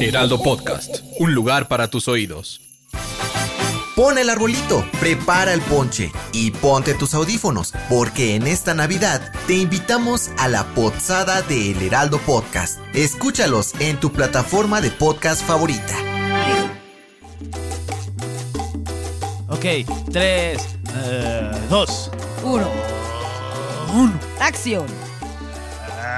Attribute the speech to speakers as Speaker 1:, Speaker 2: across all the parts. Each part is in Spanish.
Speaker 1: Heraldo Podcast, un lugar para tus oídos.
Speaker 2: Pon el arbolito, prepara el ponche y ponte tus audífonos, porque en esta Navidad te invitamos a la pozada de El Heraldo Podcast. Escúchalos en tu plataforma de podcast favorita.
Speaker 3: Ok, tres, eh, dos,
Speaker 4: Uno.
Speaker 3: uno.
Speaker 4: Acción.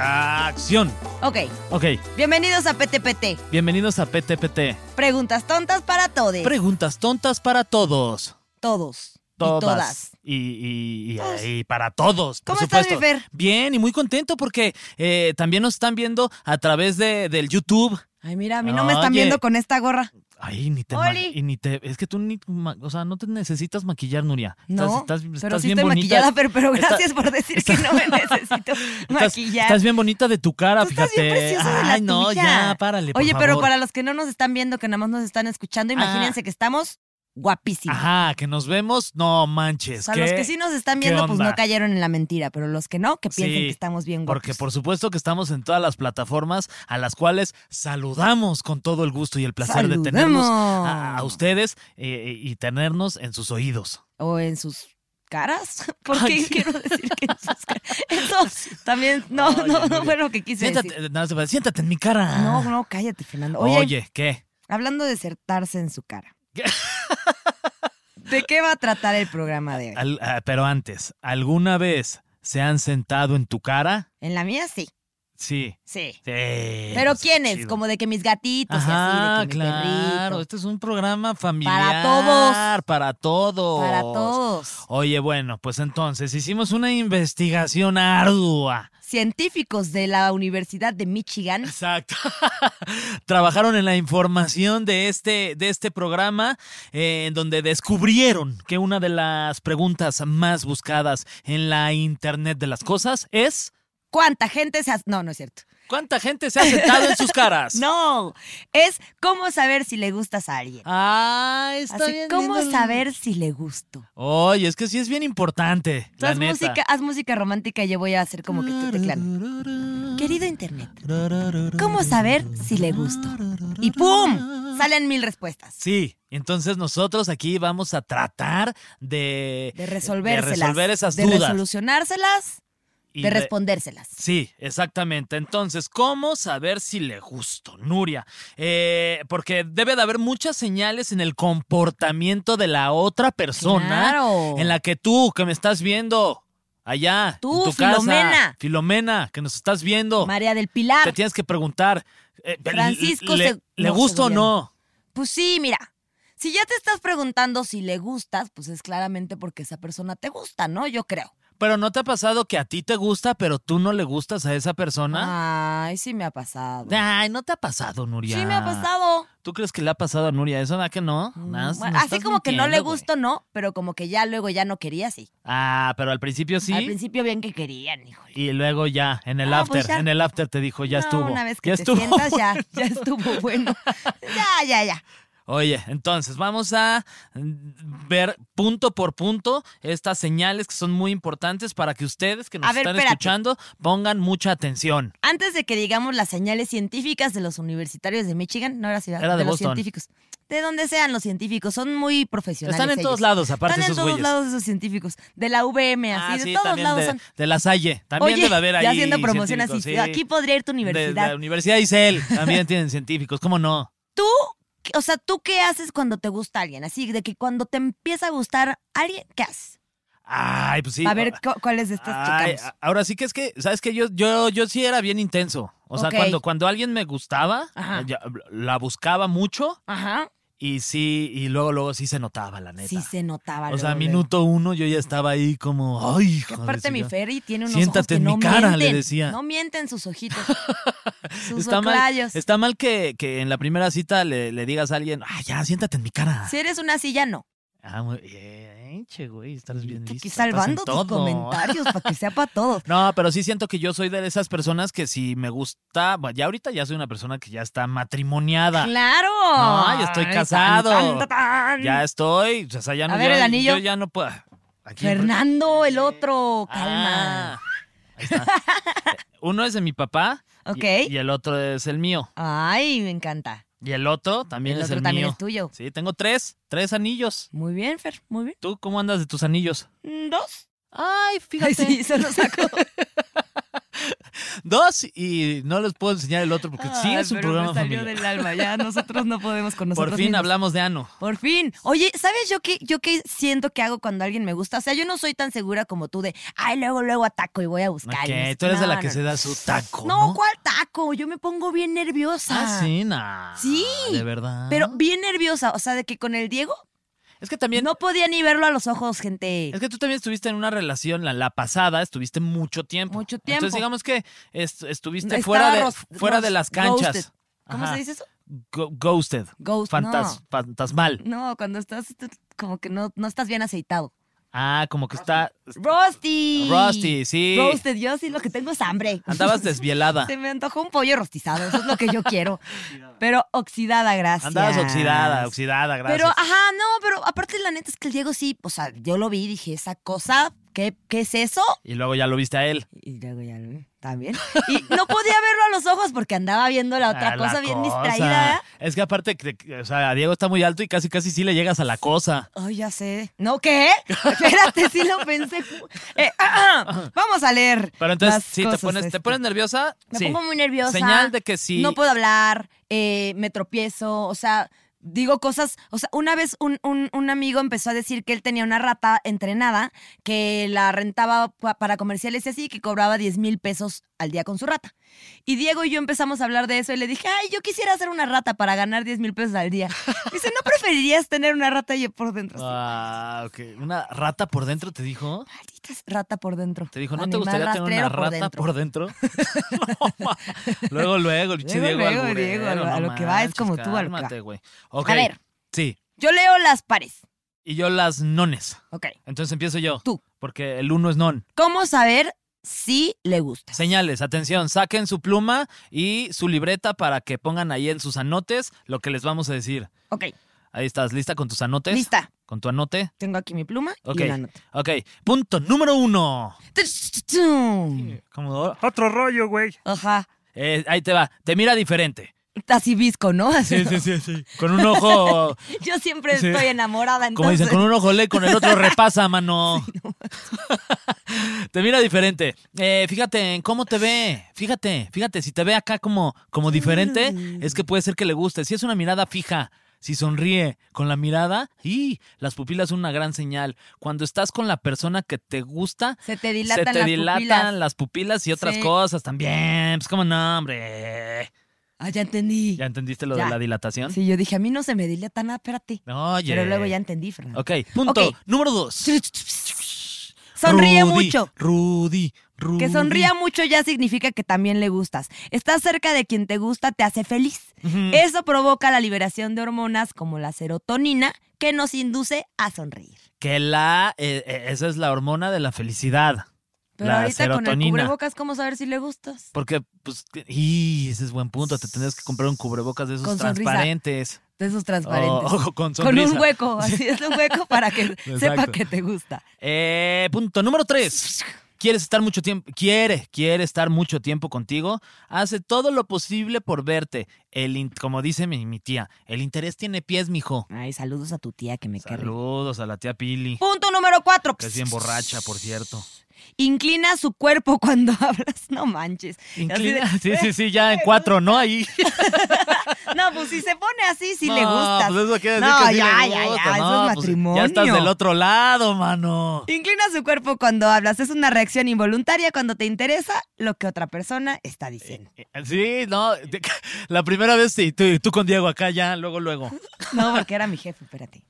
Speaker 3: Acción.
Speaker 4: Ok.
Speaker 3: Ok,
Speaker 4: Bienvenidos a PTPT.
Speaker 3: bienvenidos a PTPT.
Speaker 4: Preguntas tontas para todos.
Speaker 3: Preguntas tontas para todos.
Speaker 4: todos.
Speaker 3: Todas.
Speaker 4: Y todas.
Speaker 3: Y, y- y- y para todos. por
Speaker 4: ¿Cómo estás,
Speaker 3: supuesto.
Speaker 4: mi Fer?
Speaker 3: Bien, y muy contento porque eh, también nos están viendo a través de, del YouTube.
Speaker 4: Ay, mira, a mí no me están
Speaker 3: Oye.
Speaker 4: viendo con esta gorra.
Speaker 3: Ay, ni te. ma-
Speaker 4: Oli.
Speaker 3: Y ni te. Es que tú ni. ma- O sea, no te necesitas maquillar, Nuria.
Speaker 4: No,
Speaker 3: Estás, estás-
Speaker 4: pero
Speaker 3: estás
Speaker 4: sí
Speaker 3: bien
Speaker 4: estoy
Speaker 3: bonita.
Speaker 4: maquillada, Fer, pero
Speaker 3: Está-
Speaker 4: gracias por decir que no me necesito
Speaker 3: Estás,
Speaker 4: maquillar.
Speaker 3: estás bien bonita de tu cara,
Speaker 4: Tú
Speaker 3: fíjate.
Speaker 4: estás bien preciosa de la
Speaker 3: Ay, no,
Speaker 4: tuya.
Speaker 3: ya, párale. por
Speaker 4: Oye, pero
Speaker 3: favor.
Speaker 4: para los que no nos están viendo, que nada más nos están escuchando,
Speaker 3: Ajá.
Speaker 4: imagínense que estamos guapísimos.
Speaker 3: Ajá, que nos vemos, no
Speaker 4: O
Speaker 3: manches.
Speaker 4: sea,
Speaker 3: ¿qué?
Speaker 4: los que sí nos están
Speaker 3: qué
Speaker 4: viendo, pues
Speaker 3: onda?
Speaker 4: no cayeron en la mentira, pero los que no, que piensen
Speaker 3: Sí,
Speaker 4: que estamos bien guapos.
Speaker 3: Porque por supuesto que estamos en todas las plataformas a las cuales saludamos con todo el gusto y el placer de tenernos a,
Speaker 4: Saludemos.
Speaker 3: a ustedes eh, y tenernos en sus oídos.
Speaker 4: o en sus caras. ¿Por qué
Speaker 3: Ay, sí.
Speaker 4: quiero decir que en sus caras? Eso también, no,
Speaker 3: Oye,
Speaker 4: no,
Speaker 3: Nuria.
Speaker 4: no fue lo que quise decir.
Speaker 3: Siéntate, eh, nada más te va a decir, siéntate en mi cara.
Speaker 4: No, no, cállate, Fernando. Oye,
Speaker 3: Oye, ¿qué?
Speaker 4: hablando de sentarse en su cara.
Speaker 3: ¿Qué?
Speaker 4: ¿De qué va a tratar el programa de hoy?
Speaker 3: Al- ah, pero antes, ¿alguna vez se han sentado en tu cara?
Speaker 4: En la mía sí,
Speaker 3: Sí.
Speaker 4: sí.
Speaker 3: Sí.
Speaker 4: ¿Pero
Speaker 3: pues, qué
Speaker 4: quiénes?
Speaker 3: chido.
Speaker 4: Como de que mis gatitos y
Speaker 3: Ajá,
Speaker 4: así, de que mi
Speaker 3: claro.
Speaker 4: perrito.
Speaker 3: Este es un programa familiar.
Speaker 4: todos.
Speaker 3: Para todos.
Speaker 4: Para todos.
Speaker 3: Oye, bueno, pues entonces hicimos una investigación ardua.
Speaker 4: Científicos de la Universidad de Michigan
Speaker 3: Exacto. Trabajaron en la información de este, de este programa, eh, en donde descubrieron que una de las preguntas más buscadas en la Internet de las cosas es
Speaker 4: ¿Cuánta gente se hace? No, no es cierto.
Speaker 3: ¿cuánta gente se ha sentado en sus caras?
Speaker 4: No, es cómo saber si le gustas a alguien.
Speaker 3: Ah, está
Speaker 4: Así,
Speaker 3: bien.
Speaker 4: ¿Cómo
Speaker 3: lindo.
Speaker 4: saber si le gusto?
Speaker 3: Oye, es que sí es bien importante.
Speaker 4: Tú
Speaker 3: La
Speaker 4: haz,
Speaker 3: neta.
Speaker 4: música, haz música romántica y yo voy a hacer como que tú teclando. Querido internet, ¿cómo saber si le gusto? Y ¡pum! Salen mil respuestas.
Speaker 3: Sí, entonces nosotros aquí vamos a tratar de...
Speaker 4: De resolvérselas.
Speaker 3: De resolver esas
Speaker 4: de
Speaker 3: dudas.
Speaker 4: resolucionárselas,
Speaker 3: y
Speaker 4: de
Speaker 3: re-
Speaker 4: respondérselas.
Speaker 3: Sí, exactamente. Entonces, ¿cómo saber si le gusto, Nuria? Eh, porque debe de haber muchas señales en el comportamiento de la otra persona
Speaker 4: Claro.
Speaker 3: en la que tú, que me estás viendo allá, en
Speaker 4: Tú,
Speaker 3: tu casa,
Speaker 4: Filomena.
Speaker 3: Filomena, que nos estás viendo,
Speaker 4: María del
Speaker 3: te
Speaker 4: Pilar.
Speaker 3: tienes que preguntar, eh, le-
Speaker 4: Francisco
Speaker 3: ¿le,
Speaker 4: Seg-
Speaker 3: le
Speaker 4: no,
Speaker 3: gusto o no?
Speaker 4: Pues sí, mira. Si ya te estás preguntando si le gustas, pues es claramente porque esa persona te gusta, ¿no? Yo creo.
Speaker 3: Pero ¿no te ha pasado que a ti te gusta, pero tú no le gustas a esa
Speaker 4: Ah.
Speaker 3: persona?
Speaker 4: Ay, sí me ha pasado.
Speaker 3: Ay, no te ha pasado, Nuria.
Speaker 4: Sí me ha pasado.
Speaker 3: ¿Tú crees que le ha pasado a Nuria eso? ¿Verdad que no? Nada,
Speaker 4: Mm,
Speaker 3: me
Speaker 4: bueno,
Speaker 3: estás
Speaker 4: así como que no le
Speaker 3: mintiendo, güey.
Speaker 4: gustó, no, pero como que ya luego ya no quería, sí.
Speaker 3: Ah, pero al principio sí.
Speaker 4: Al principio bien que querían, híjole.
Speaker 3: Y luego ya, en el
Speaker 4: Ah,
Speaker 3: after,
Speaker 4: pues ya.
Speaker 3: en el after te dijo, ya
Speaker 4: No,
Speaker 3: estuvo.
Speaker 4: Una vez que
Speaker 3: ya
Speaker 4: te
Speaker 3: estuvo.
Speaker 4: sientas, ya, ya estuvo bueno. Ya, ya, ya.
Speaker 3: Oye, entonces vamos a mm, ver punto por punto estas señales que son muy importantes para que ustedes que nos
Speaker 4: A ver,
Speaker 3: están
Speaker 4: espérate.
Speaker 3: escuchando pongan mucha atención.
Speaker 4: Antes de que digamos las señales científicas de los universitarios de Michigan, no era ciudad,
Speaker 3: Era de
Speaker 4: los
Speaker 3: Boston.
Speaker 4: científicos. De donde sean los científicos, son muy profesionales.
Speaker 3: Están en
Speaker 4: ellos.
Speaker 3: todos lados, aparte
Speaker 4: Están en
Speaker 3: esos
Speaker 4: todos
Speaker 3: güeyes.
Speaker 4: lados esos científicos. De la VM, así,
Speaker 3: Ah,
Speaker 4: de
Speaker 3: sí,
Speaker 4: todos
Speaker 3: también
Speaker 4: lados
Speaker 3: de,
Speaker 4: son.
Speaker 3: de la Salle. También
Speaker 4: Oye,
Speaker 3: debe haber ahí.
Speaker 4: ya haciendo promoción así.
Speaker 3: científicos, sí.
Speaker 4: Aquí podría ir tu
Speaker 3: De
Speaker 4: universidad.
Speaker 3: la Universidad Isel también tienen científicos, ¿cómo no?
Speaker 4: tú, o sea, ¿tú qué haces cuando te gusta alguien? Así, de que cuando te empieza a gustar alguien, ¿qué haces?
Speaker 3: Ay, pues sí.
Speaker 4: a ver cu- cuáles de estas
Speaker 3: Ay, ah,
Speaker 4: checamos.
Speaker 3: a- ahora sí que es que, ¿sabes qué? Yo, yo, yo sí era bien intenso. O sea,
Speaker 4: Ok.
Speaker 3: cuando, cuando alguien me gustaba,
Speaker 4: Ajá.
Speaker 3: eh, ya- la buscaba mucho
Speaker 4: Ajá.
Speaker 3: Y sí, y luego, luego sí se notaba, la neta.
Speaker 4: Sí se notaba.
Speaker 3: O sea,
Speaker 4: luego, luego.
Speaker 3: minuto uno yo ya estaba ahí como, ay,
Speaker 4: Que
Speaker 3: hijo de
Speaker 4: aparte
Speaker 3: su
Speaker 4: mi
Speaker 3: ya".
Speaker 4: Ferry tiene unos
Speaker 3: Siéntate
Speaker 4: ojos que
Speaker 3: en
Speaker 4: no
Speaker 3: mi cara, le
Speaker 4: mienten.
Speaker 3: decía.
Speaker 4: No mienten sus ojitos. sus
Speaker 3: Está mal,
Speaker 4: oclayos.
Speaker 3: está mal que, que en la primera cita le, le digas a alguien, ah, ya, siéntate en mi cara.
Speaker 4: Si eres una silla, no.
Speaker 3: Ah, muy bien, che, güey, estás bien
Speaker 4: Tú
Speaker 3: lista,
Speaker 4: aquí
Speaker 3: estás en
Speaker 4: salvando tus
Speaker 3: todo.
Speaker 4: comentarios para que sea para todos.
Speaker 3: No, pero sí siento que yo soy de esas personas que si me gusta, bueno, ya ahorita ya soy una persona que ya está matrimoniada.
Speaker 4: ¡Claro!
Speaker 3: No, ya estoy
Speaker 4: Ay,
Speaker 3: casado.
Speaker 4: tan, tan, tan.
Speaker 3: Ya estoy, o sea, ya no
Speaker 4: A ver,
Speaker 3: ya-
Speaker 4: el anillo.
Speaker 3: Yo ya no puedo. Aquí-
Speaker 4: Fernando, el otro,
Speaker 3: Ah,
Speaker 4: calma.
Speaker 3: ahí está. Uno es de mi papá y-
Speaker 4: Ok.
Speaker 3: y, el otro es el mío.
Speaker 4: Ay, me encanta.
Speaker 3: Y el otro también
Speaker 4: El
Speaker 3: es
Speaker 4: otro
Speaker 3: Ah. el
Speaker 4: también
Speaker 3: mío.
Speaker 4: es tuyo.
Speaker 3: Sí, tengo tres, tres anillos.
Speaker 4: Muy bien, Fer, muy bien.
Speaker 3: ¿Tú cómo andas de tus anillos?
Speaker 4: Mm, ¿Dos?
Speaker 3: Ay,
Speaker 4: Ay, sí, se lo sacó.
Speaker 3: Dos y no les puedo enseñar el otro porque sí
Speaker 4: Ay,
Speaker 3: es un
Speaker 4: pero
Speaker 3: programa
Speaker 4: me salió
Speaker 3: familiar.
Speaker 4: del alma, ya nosotros no podemos con nosotros
Speaker 3: Por fin
Speaker 4: mismos.
Speaker 3: hablamos de ano.
Speaker 4: Por fin. Oye, ¿sabes yo qué, yo qué siento que hago cuando alguien me gusta? O sea, yo no soy tan segura como tú de, ay, luego, luego ataco y voy a buscar. y no sé
Speaker 3: Ok, tú
Speaker 4: qué".
Speaker 3: eres de la
Speaker 4: No,
Speaker 3: que
Speaker 4: no,
Speaker 3: se
Speaker 4: no.
Speaker 3: da su taco.
Speaker 4: No,
Speaker 3: No,
Speaker 4: ¿cuál taco? Yo me pongo bien nerviosa.
Speaker 3: Ah, sí, Ah. nah.
Speaker 4: Sí.
Speaker 3: De verdad.
Speaker 4: Pero bien nerviosa, o sea, de que con el Diego
Speaker 3: es que también.
Speaker 4: no podía ni verlo a los ojos, gente.
Speaker 3: Es que tú también estuviste en una relación, la, la pasada, estuviste mucho tiempo.
Speaker 4: Mucho tiempo.
Speaker 3: Entonces, digamos que est- estuviste
Speaker 4: Estaba
Speaker 3: fuera de,
Speaker 4: ros-
Speaker 3: fuera
Speaker 4: ros-
Speaker 3: de las canchas.
Speaker 4: ghosted. ¿Cómo
Speaker 3: Ajá.
Speaker 4: se dice eso?
Speaker 3: Go- ghosted.
Speaker 4: Ghost,
Speaker 3: Fantas- Fantasmal.
Speaker 4: No, cuando estás tú, como que no, no estás bien aceitado.
Speaker 3: Ah, como que está.
Speaker 4: Rusty.
Speaker 3: Rusty, sí.
Speaker 4: Roasted, yo sí lo que tengo es hambre.
Speaker 3: Andabas desvielada.
Speaker 4: Se me antojó un pollo rostizado, eso es lo que yo quiero. Pero oxidada, gracias.
Speaker 3: Andabas oxidada, oxidada, gracias.
Speaker 4: Pero, ajá, no, pero aparte la neta es que el Diego sí, o sea, yo lo vi y dije, esa cosa, ¿qué, qué es eso?
Speaker 3: Y luego ya lo viste a él.
Speaker 4: Y luego ya lo vi también. Y no podía verlo a los ojos porque andaba viendo la otra
Speaker 3: Ah, la
Speaker 4: cosa bien
Speaker 3: cosa.
Speaker 4: distraída. ¿eh?
Speaker 3: Es que aparte, que- que- o sea, Diego está muy alto y casi casi sí le llegas a la cosa.
Speaker 4: Ay, ya sé. ¿No qué? Espérate, sí lo pensé. Eh, ah, ah, vamos a leer.
Speaker 3: Pero entonces,
Speaker 4: las
Speaker 3: si te
Speaker 4: cosas
Speaker 3: pones,
Speaker 4: estas.
Speaker 3: te pones nerviosa,
Speaker 4: Me
Speaker 3: sí.
Speaker 4: pongo muy nerviosa.
Speaker 3: Señal de que sí.
Speaker 4: No puedo hablar, eh, me tropiezo, o sea, digo cosas. O sea, una vez un, un- un amigo empezó a decir que él tenía una rata entrenada que la rentaba pa- para comerciales y así, que cobraba 10 mil pesos al día con su rata. Y Diego y yo empezamos a hablar de eso y le dije, ay, yo quisiera hacer una rata para ganar 10 mil pesos al día. Dice, ¿no preferirías tener una rata y yo por dentro? así,
Speaker 3: Ah, ok. Una rata por dentro te dijo.
Speaker 4: Maldita rata por dentro.
Speaker 3: Te dijo, ¿no te
Speaker 4: Animal
Speaker 3: gustaría tener una
Speaker 4: rastrero
Speaker 3: rata por dentro? No, ma. luego, luego, el pinche
Speaker 4: Luego,
Speaker 3: Diego.
Speaker 4: luego,
Speaker 3: alburero,
Speaker 4: Diego, a lo-
Speaker 3: no
Speaker 4: a lo que va es
Speaker 3: manches,
Speaker 4: como tú, al ca-
Speaker 3: cálmate, güey. Ok,
Speaker 4: A ver.
Speaker 3: Sí.
Speaker 4: Yo leo las pares.
Speaker 3: Y yo las nones.
Speaker 4: Ok.
Speaker 3: Entonces empiezo yo.
Speaker 4: Tú.
Speaker 3: Porque el uno es non.
Speaker 4: ¿Cómo saber si le gusta?
Speaker 3: Señales, atención, saquen su pluma y su libreta para que pongan ahí en sus anotes lo que les vamos a decir.
Speaker 4: Ok,
Speaker 3: Ahí estás, ¿lista con tus anotes?
Speaker 4: lista.
Speaker 3: ¿Con tu anote?
Speaker 4: Tengo aquí mi pluma
Speaker 3: Ok.
Speaker 4: y una nota.
Speaker 3: Ok, punto número uno.
Speaker 4: ¡Tchum!
Speaker 3: Como,
Speaker 4: Ajá.
Speaker 3: eh, ahí te va, te mira diferente.
Speaker 4: Así visco, ¿no? Así,
Speaker 3: sí, sí. Con un ojo,
Speaker 4: Yo siempre
Speaker 3: Sí.
Speaker 4: estoy enamorada,
Speaker 3: como
Speaker 4: entonces.
Speaker 3: dicen, con un ojo lee, con el otro repasa, mano. te mira diferente. Eh, fíjate en cómo te ve. Fíjate, fíjate, si te ve acá como, como diferente,
Speaker 4: Mm.
Speaker 3: es que puede ser que le guste. Si es una mirada fija. Si sonríe con la mirada, y las pupilas son una gran señal. Cuando estás con la persona que te gusta,
Speaker 4: Se te dilatan
Speaker 3: se te
Speaker 4: las
Speaker 3: dilatan
Speaker 4: pupilas.
Speaker 3: las pupilas y otras
Speaker 4: Sí.
Speaker 3: cosas también. Pues como no, hombre.
Speaker 4: Ah, ya entendí.
Speaker 3: ¿Ya entendiste lo
Speaker 4: Ya.
Speaker 3: de la dilatación?
Speaker 4: Sí, yo dije, a mí no se me dilata nada, espérate.
Speaker 3: Oye.
Speaker 4: Pero luego ya entendí, Fernando.
Speaker 3: Ok, punto
Speaker 4: Ok.
Speaker 3: número dos.
Speaker 4: Sonríe
Speaker 3: Rudy,
Speaker 4: mucho.
Speaker 3: Rudy, Rudy.
Speaker 4: Que sonría mucho ya significa que también le gustas. Estar cerca de quien te gusta te hace feliz.
Speaker 3: Mm.
Speaker 4: Eso provoca la liberación de hormonas como la serotonina que nos induce a sonreír.
Speaker 3: Que la. eh, eh, esa es la hormona de la felicidad.
Speaker 4: Pero
Speaker 3: la
Speaker 4: ahorita con el
Speaker 3: serotonina.
Speaker 4: cubrebocas, ¿cómo saber si le gustas?
Speaker 3: porque, pues, que- y ese es buen punto. Te tendrías que comprar un cubrebocas de esos
Speaker 4: Con sonrisa.
Speaker 3: transparentes.
Speaker 4: De esos transparentes.
Speaker 3: O- o Oh, con
Speaker 4: con
Speaker 3: sonrisa.
Speaker 4: un hueco, así es un hueco para que sepa
Speaker 3: Exacto.
Speaker 4: que te gusta.
Speaker 3: Eh, punto número tres. Quieres estar mucho tiempo, quiere, quiere estar mucho tiempo contigo. Hace todo lo posible por verte. El, in- como dice mi, mi tía, el interés tiene pies, mijo.
Speaker 4: Ay, saludos a tu tía que me carga.
Speaker 3: Saludos a la tía Pili,
Speaker 4: Punto número cuatro.
Speaker 3: que es bien borracha, por cierto.
Speaker 4: Inclina su cuerpo cuando hablas. No manches. Así de-
Speaker 3: Inclina- Sí, sí, sí, ya en cuatro, ¿no? Ahí.
Speaker 4: No, pues si se pone así, si
Speaker 3: No,
Speaker 4: le gusta.
Speaker 3: Pues eso quiere decir
Speaker 4: no,
Speaker 3: que sí le
Speaker 4: ya, ya,
Speaker 3: gusta,
Speaker 4: ya,
Speaker 3: no,
Speaker 4: eso es
Speaker 3: pues
Speaker 4: matrimonio.
Speaker 3: ya estás del otro lado, mano.
Speaker 4: Inclina su cuerpo cuando hablas. Es una reacción involuntaria cuando te interesa lo que otra persona está diciendo.
Speaker 3: Eh. Sí, no, te- la primera vez sí, tú, tú con Diego acá ya, luego, luego.
Speaker 4: No, porque era mi jefe, espérate.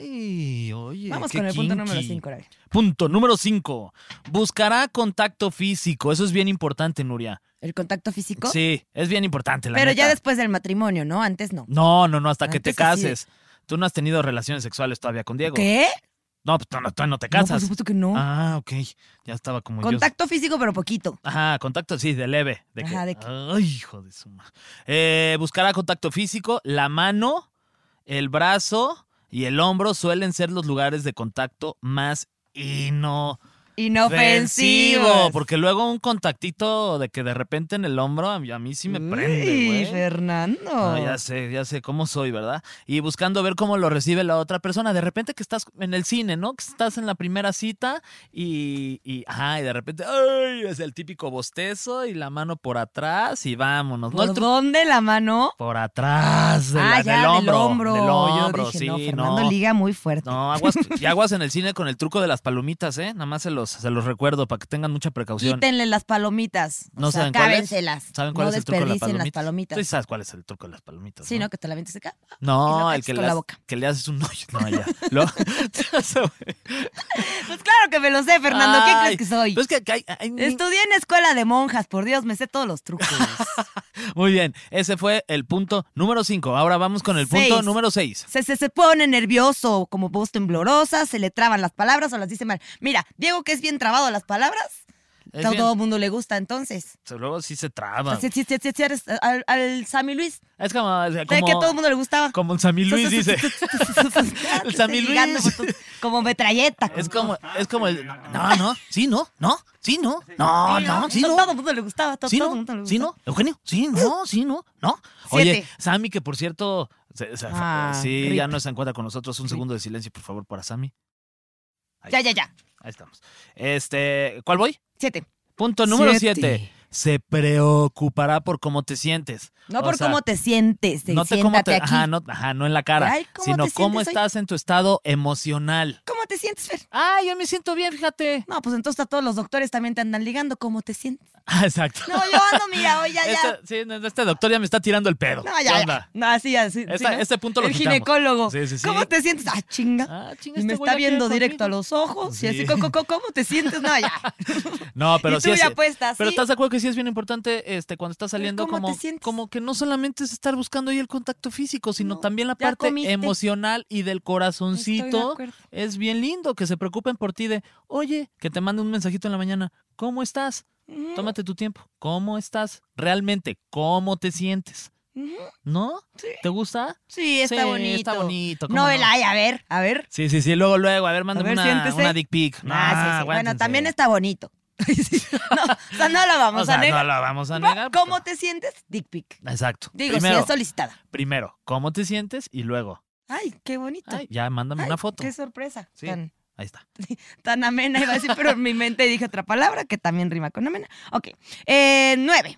Speaker 3: Ay, oye.
Speaker 4: Vamos
Speaker 3: qué
Speaker 4: con el punto
Speaker 3: kinky.
Speaker 4: número 5, Arabia.
Speaker 3: Punto número 5. Buscará contacto físico. Eso es bien importante, Nuria.
Speaker 4: El contacto físico.
Speaker 3: Sí, es bien importante. La
Speaker 4: pero ya Ah,
Speaker 3: neta.
Speaker 4: después del matrimonio, ¿no? Antes no.
Speaker 3: No, no, no, hasta que te
Speaker 4: Antes así de-
Speaker 3: cases. Tú no has tenido relaciones sexuales todavía con Diego.
Speaker 4: ¿Qué?
Speaker 3: No, pues tú no, tú no te
Speaker 4: No, por
Speaker 3: casas.
Speaker 4: supuesto que no.
Speaker 3: Ah, ok. Ya estaba como yo.
Speaker 4: contacto físico, pero poquito.
Speaker 3: Ajá, contacto, sí, de leve. De que-
Speaker 4: Ajá, de que-
Speaker 3: Ay, hijo de su ma- Eh, buscará contacto físico, la mano, el brazo y el hombro suelen ser los lugares de contacto más inofensivo.
Speaker 4: Inofensivo.
Speaker 3: Porque luego un contactito de que de repente en el hombro a mí, a mí sí me prende,
Speaker 4: Uy,
Speaker 3: güey.
Speaker 4: Fernando.
Speaker 3: Ah, ya sé, ya sé cómo soy, ¿verdad? Y buscando ver cómo lo recibe la otra persona. De repente que estás en el cine, ¿no? Que estás en la primera cita y, y, ajá, y de repente, ¡ay! Es el típico bostezo y la mano por atrás y vámonos. ¿no?
Speaker 4: ¿Por
Speaker 3: El tru-
Speaker 4: dónde la mano?
Speaker 3: por atrás de la-
Speaker 4: ah, ya,
Speaker 3: del hombro. del hombro,
Speaker 4: Yo dije,
Speaker 3: sí,
Speaker 4: no, Fernando
Speaker 3: no.
Speaker 4: liga muy fuerte.
Speaker 3: No, aguas, y aguas en el cine con el truco de las palomitas, ¿eh? Nada más se los, se los recuerdo para que tengan mucha precaución.
Speaker 4: Quítenle las palomitas.
Speaker 3: ¿No
Speaker 4: o sea,
Speaker 3: saben cuál es?
Speaker 4: cábenselas.
Speaker 3: ¿Saben cuál
Speaker 4: no
Speaker 3: es el truco de las
Speaker 4: desperdicien
Speaker 3: palomitas?
Speaker 4: las palomitas.
Speaker 3: Tú sabes cuál es el truco de las palomitas.
Speaker 4: Sí,
Speaker 3: ¿no?
Speaker 4: ¿no? Que te la metes acá. Y lo
Speaker 3: No, el
Speaker 4: cachas
Speaker 3: que
Speaker 4: con
Speaker 3: le,
Speaker 4: la
Speaker 3: haces-
Speaker 4: boca.
Speaker 3: que le haces un hoyo. No, ya. Lo-
Speaker 4: Pues claro que me lo sé, Fernando. ¿Qué
Speaker 3: Ay,
Speaker 4: crees que soy?
Speaker 3: pues que- que hay- hay-
Speaker 4: Estudié en escuela de monjas, por Dios, me sé todos los trucos.
Speaker 3: Muy bien, ese fue el punto número 5. Ahora vamos con el punto
Speaker 4: Seis.
Speaker 3: número 6.
Speaker 4: se, se, se pone nervioso, como voz temblorosa, se le traban las palabras o las dice mal. Mira, Diego que es bien trabado las palabras, todo el mundo le gusta entonces.
Speaker 3: Luego sí se traba.
Speaker 4: Si- si- si- si- si eres eh, al, al Sammy Luis,
Speaker 3: Es como, es
Speaker 4: de
Speaker 3: como-
Speaker 4: que todo el mundo le gustaba.
Speaker 3: como el Sammy Luis dice. El Sammy
Speaker 4: Ligando
Speaker 3: Luis.
Speaker 4: fotos, Como metralleta.
Speaker 3: Es como, es como el. No, no, sí, no, no, sí, no, Ah, no, no, sí, no.
Speaker 4: Todo el mundo le gustaba. Todo,
Speaker 3: Sí,
Speaker 4: todo el mundo le
Speaker 3: no,
Speaker 4: gustaba.
Speaker 3: sí, no, Eugenio, sí, no, sí, no, no.
Speaker 4: Siete.
Speaker 3: Oye, Sammy, que por cierto, se- se-
Speaker 4: Ah,
Speaker 3: sí,
Speaker 4: rip.
Speaker 3: ya no se encuentra con nosotros. Un segundo de silencio, por favor, para Sammy. Ahí,
Speaker 4: Ya, ya, ya.
Speaker 3: ahí estamos. Este, ¿cuál voy?
Speaker 4: Siete.
Speaker 3: Punto número
Speaker 4: Siete.
Speaker 3: 7. Se preocupará por cómo te sientes.
Speaker 4: No
Speaker 3: O
Speaker 4: por
Speaker 3: sea,
Speaker 4: cómo te sientes. de
Speaker 3: no te, cómo
Speaker 4: siéntate
Speaker 3: te-
Speaker 4: aquí.
Speaker 3: Ajá, no, ajá, no en la cara,
Speaker 4: Ay, ¿cómo
Speaker 3: sino
Speaker 4: te
Speaker 3: cómo
Speaker 4: sientes hoy?
Speaker 3: estás en tu estado emocional.
Speaker 4: ¿Cómo te sientes, Fer?
Speaker 3: Ah, yo me siento bien, fíjate.
Speaker 4: No, pues entonces a todos los doctores también te andan ligando. ¿Cómo te sientes?
Speaker 3: Ah, exacto.
Speaker 4: No, yo ando, mira, oye, ya, ya.
Speaker 3: Este, sí, no, este doctor ya me está tirando el pedo.
Speaker 4: No,
Speaker 3: ¿Qué
Speaker 4: ya, ya.
Speaker 3: onda?
Speaker 4: No, así, así.
Speaker 3: Esta-
Speaker 4: sí, ¿no?
Speaker 3: este punto lo
Speaker 4: El
Speaker 3: quitamos.
Speaker 4: ginecólogo.
Speaker 3: Sí, sí, sí.
Speaker 4: ¿Cómo te sientes? Ah, chinga.
Speaker 3: Ah, chinga,
Speaker 4: Y me
Speaker 3: este güey
Speaker 4: está
Speaker 3: ya quiere
Speaker 4: viendo directo a
Speaker 3: conmigo.
Speaker 4: los ojos.
Speaker 3: Sí.
Speaker 4: Y así, ¿cómo, cómo, cómo te sientes? No, ya.
Speaker 3: No, pero
Speaker 4: Y
Speaker 3: sí
Speaker 4: tú
Speaker 3: es-
Speaker 4: ya apuestas,
Speaker 3: Pero
Speaker 4: ¿sí?
Speaker 3: estás de acuerdo que sí es bien importante este cuando estás saliendo
Speaker 4: ¿Cómo te
Speaker 3: como
Speaker 4: sientes?
Speaker 3: como que no solamente es estar buscando ahí el contacto físico, sino
Speaker 4: No,
Speaker 3: también la
Speaker 4: ya
Speaker 3: parte
Speaker 4: comiste.
Speaker 3: emocional y del
Speaker 4: Estoy de
Speaker 3: corazoncito.
Speaker 4: acuerdo.
Speaker 3: es bien lindo que se preocupen por ti de, "Oye, que te mande un mensajito en la mañana, ¿cómo estás?
Speaker 4: Ujú,
Speaker 3: Tómate tu tiempo. ¿Cómo estás? Realmente, ¿cómo te sientes?"
Speaker 4: ujú.
Speaker 3: ¿No? ¿Te gusta?
Speaker 4: Sí, está
Speaker 3: Sí,
Speaker 4: bonito.
Speaker 3: Está bonito. ¿cómo
Speaker 4: No, el ay, a ver, a ver.
Speaker 3: Sí, sí, sí, luego, luego, a ver,
Speaker 4: ver,
Speaker 3: mándame una,
Speaker 4: siéntese.
Speaker 3: una dick pic. No,
Speaker 4: Ah, sí, sí. Bueno,
Speaker 3: aguántense.
Speaker 4: también está bonito. Sí. no, o sea, no la vamos
Speaker 3: O sea,
Speaker 4: a negar.
Speaker 3: no la vamos a
Speaker 4: Va,
Speaker 3: negar.
Speaker 4: ¿Cómo te sientes? Dick pic.
Speaker 3: Exacto.
Speaker 4: Digo,
Speaker 3: primero,
Speaker 4: si es solicitada.
Speaker 3: primero, ¿cómo te sientes? Y luego,
Speaker 4: Ay, qué bonito.
Speaker 3: ay, ya mándame
Speaker 4: Ay,
Speaker 3: una foto.
Speaker 4: Qué sorpresa.
Speaker 3: Sí.
Speaker 4: Tan,
Speaker 3: Ahí está.
Speaker 4: tan amena iba a decir, pero en mi mente dije otra palabra que también rima con amena. Ok. Eh, nueve.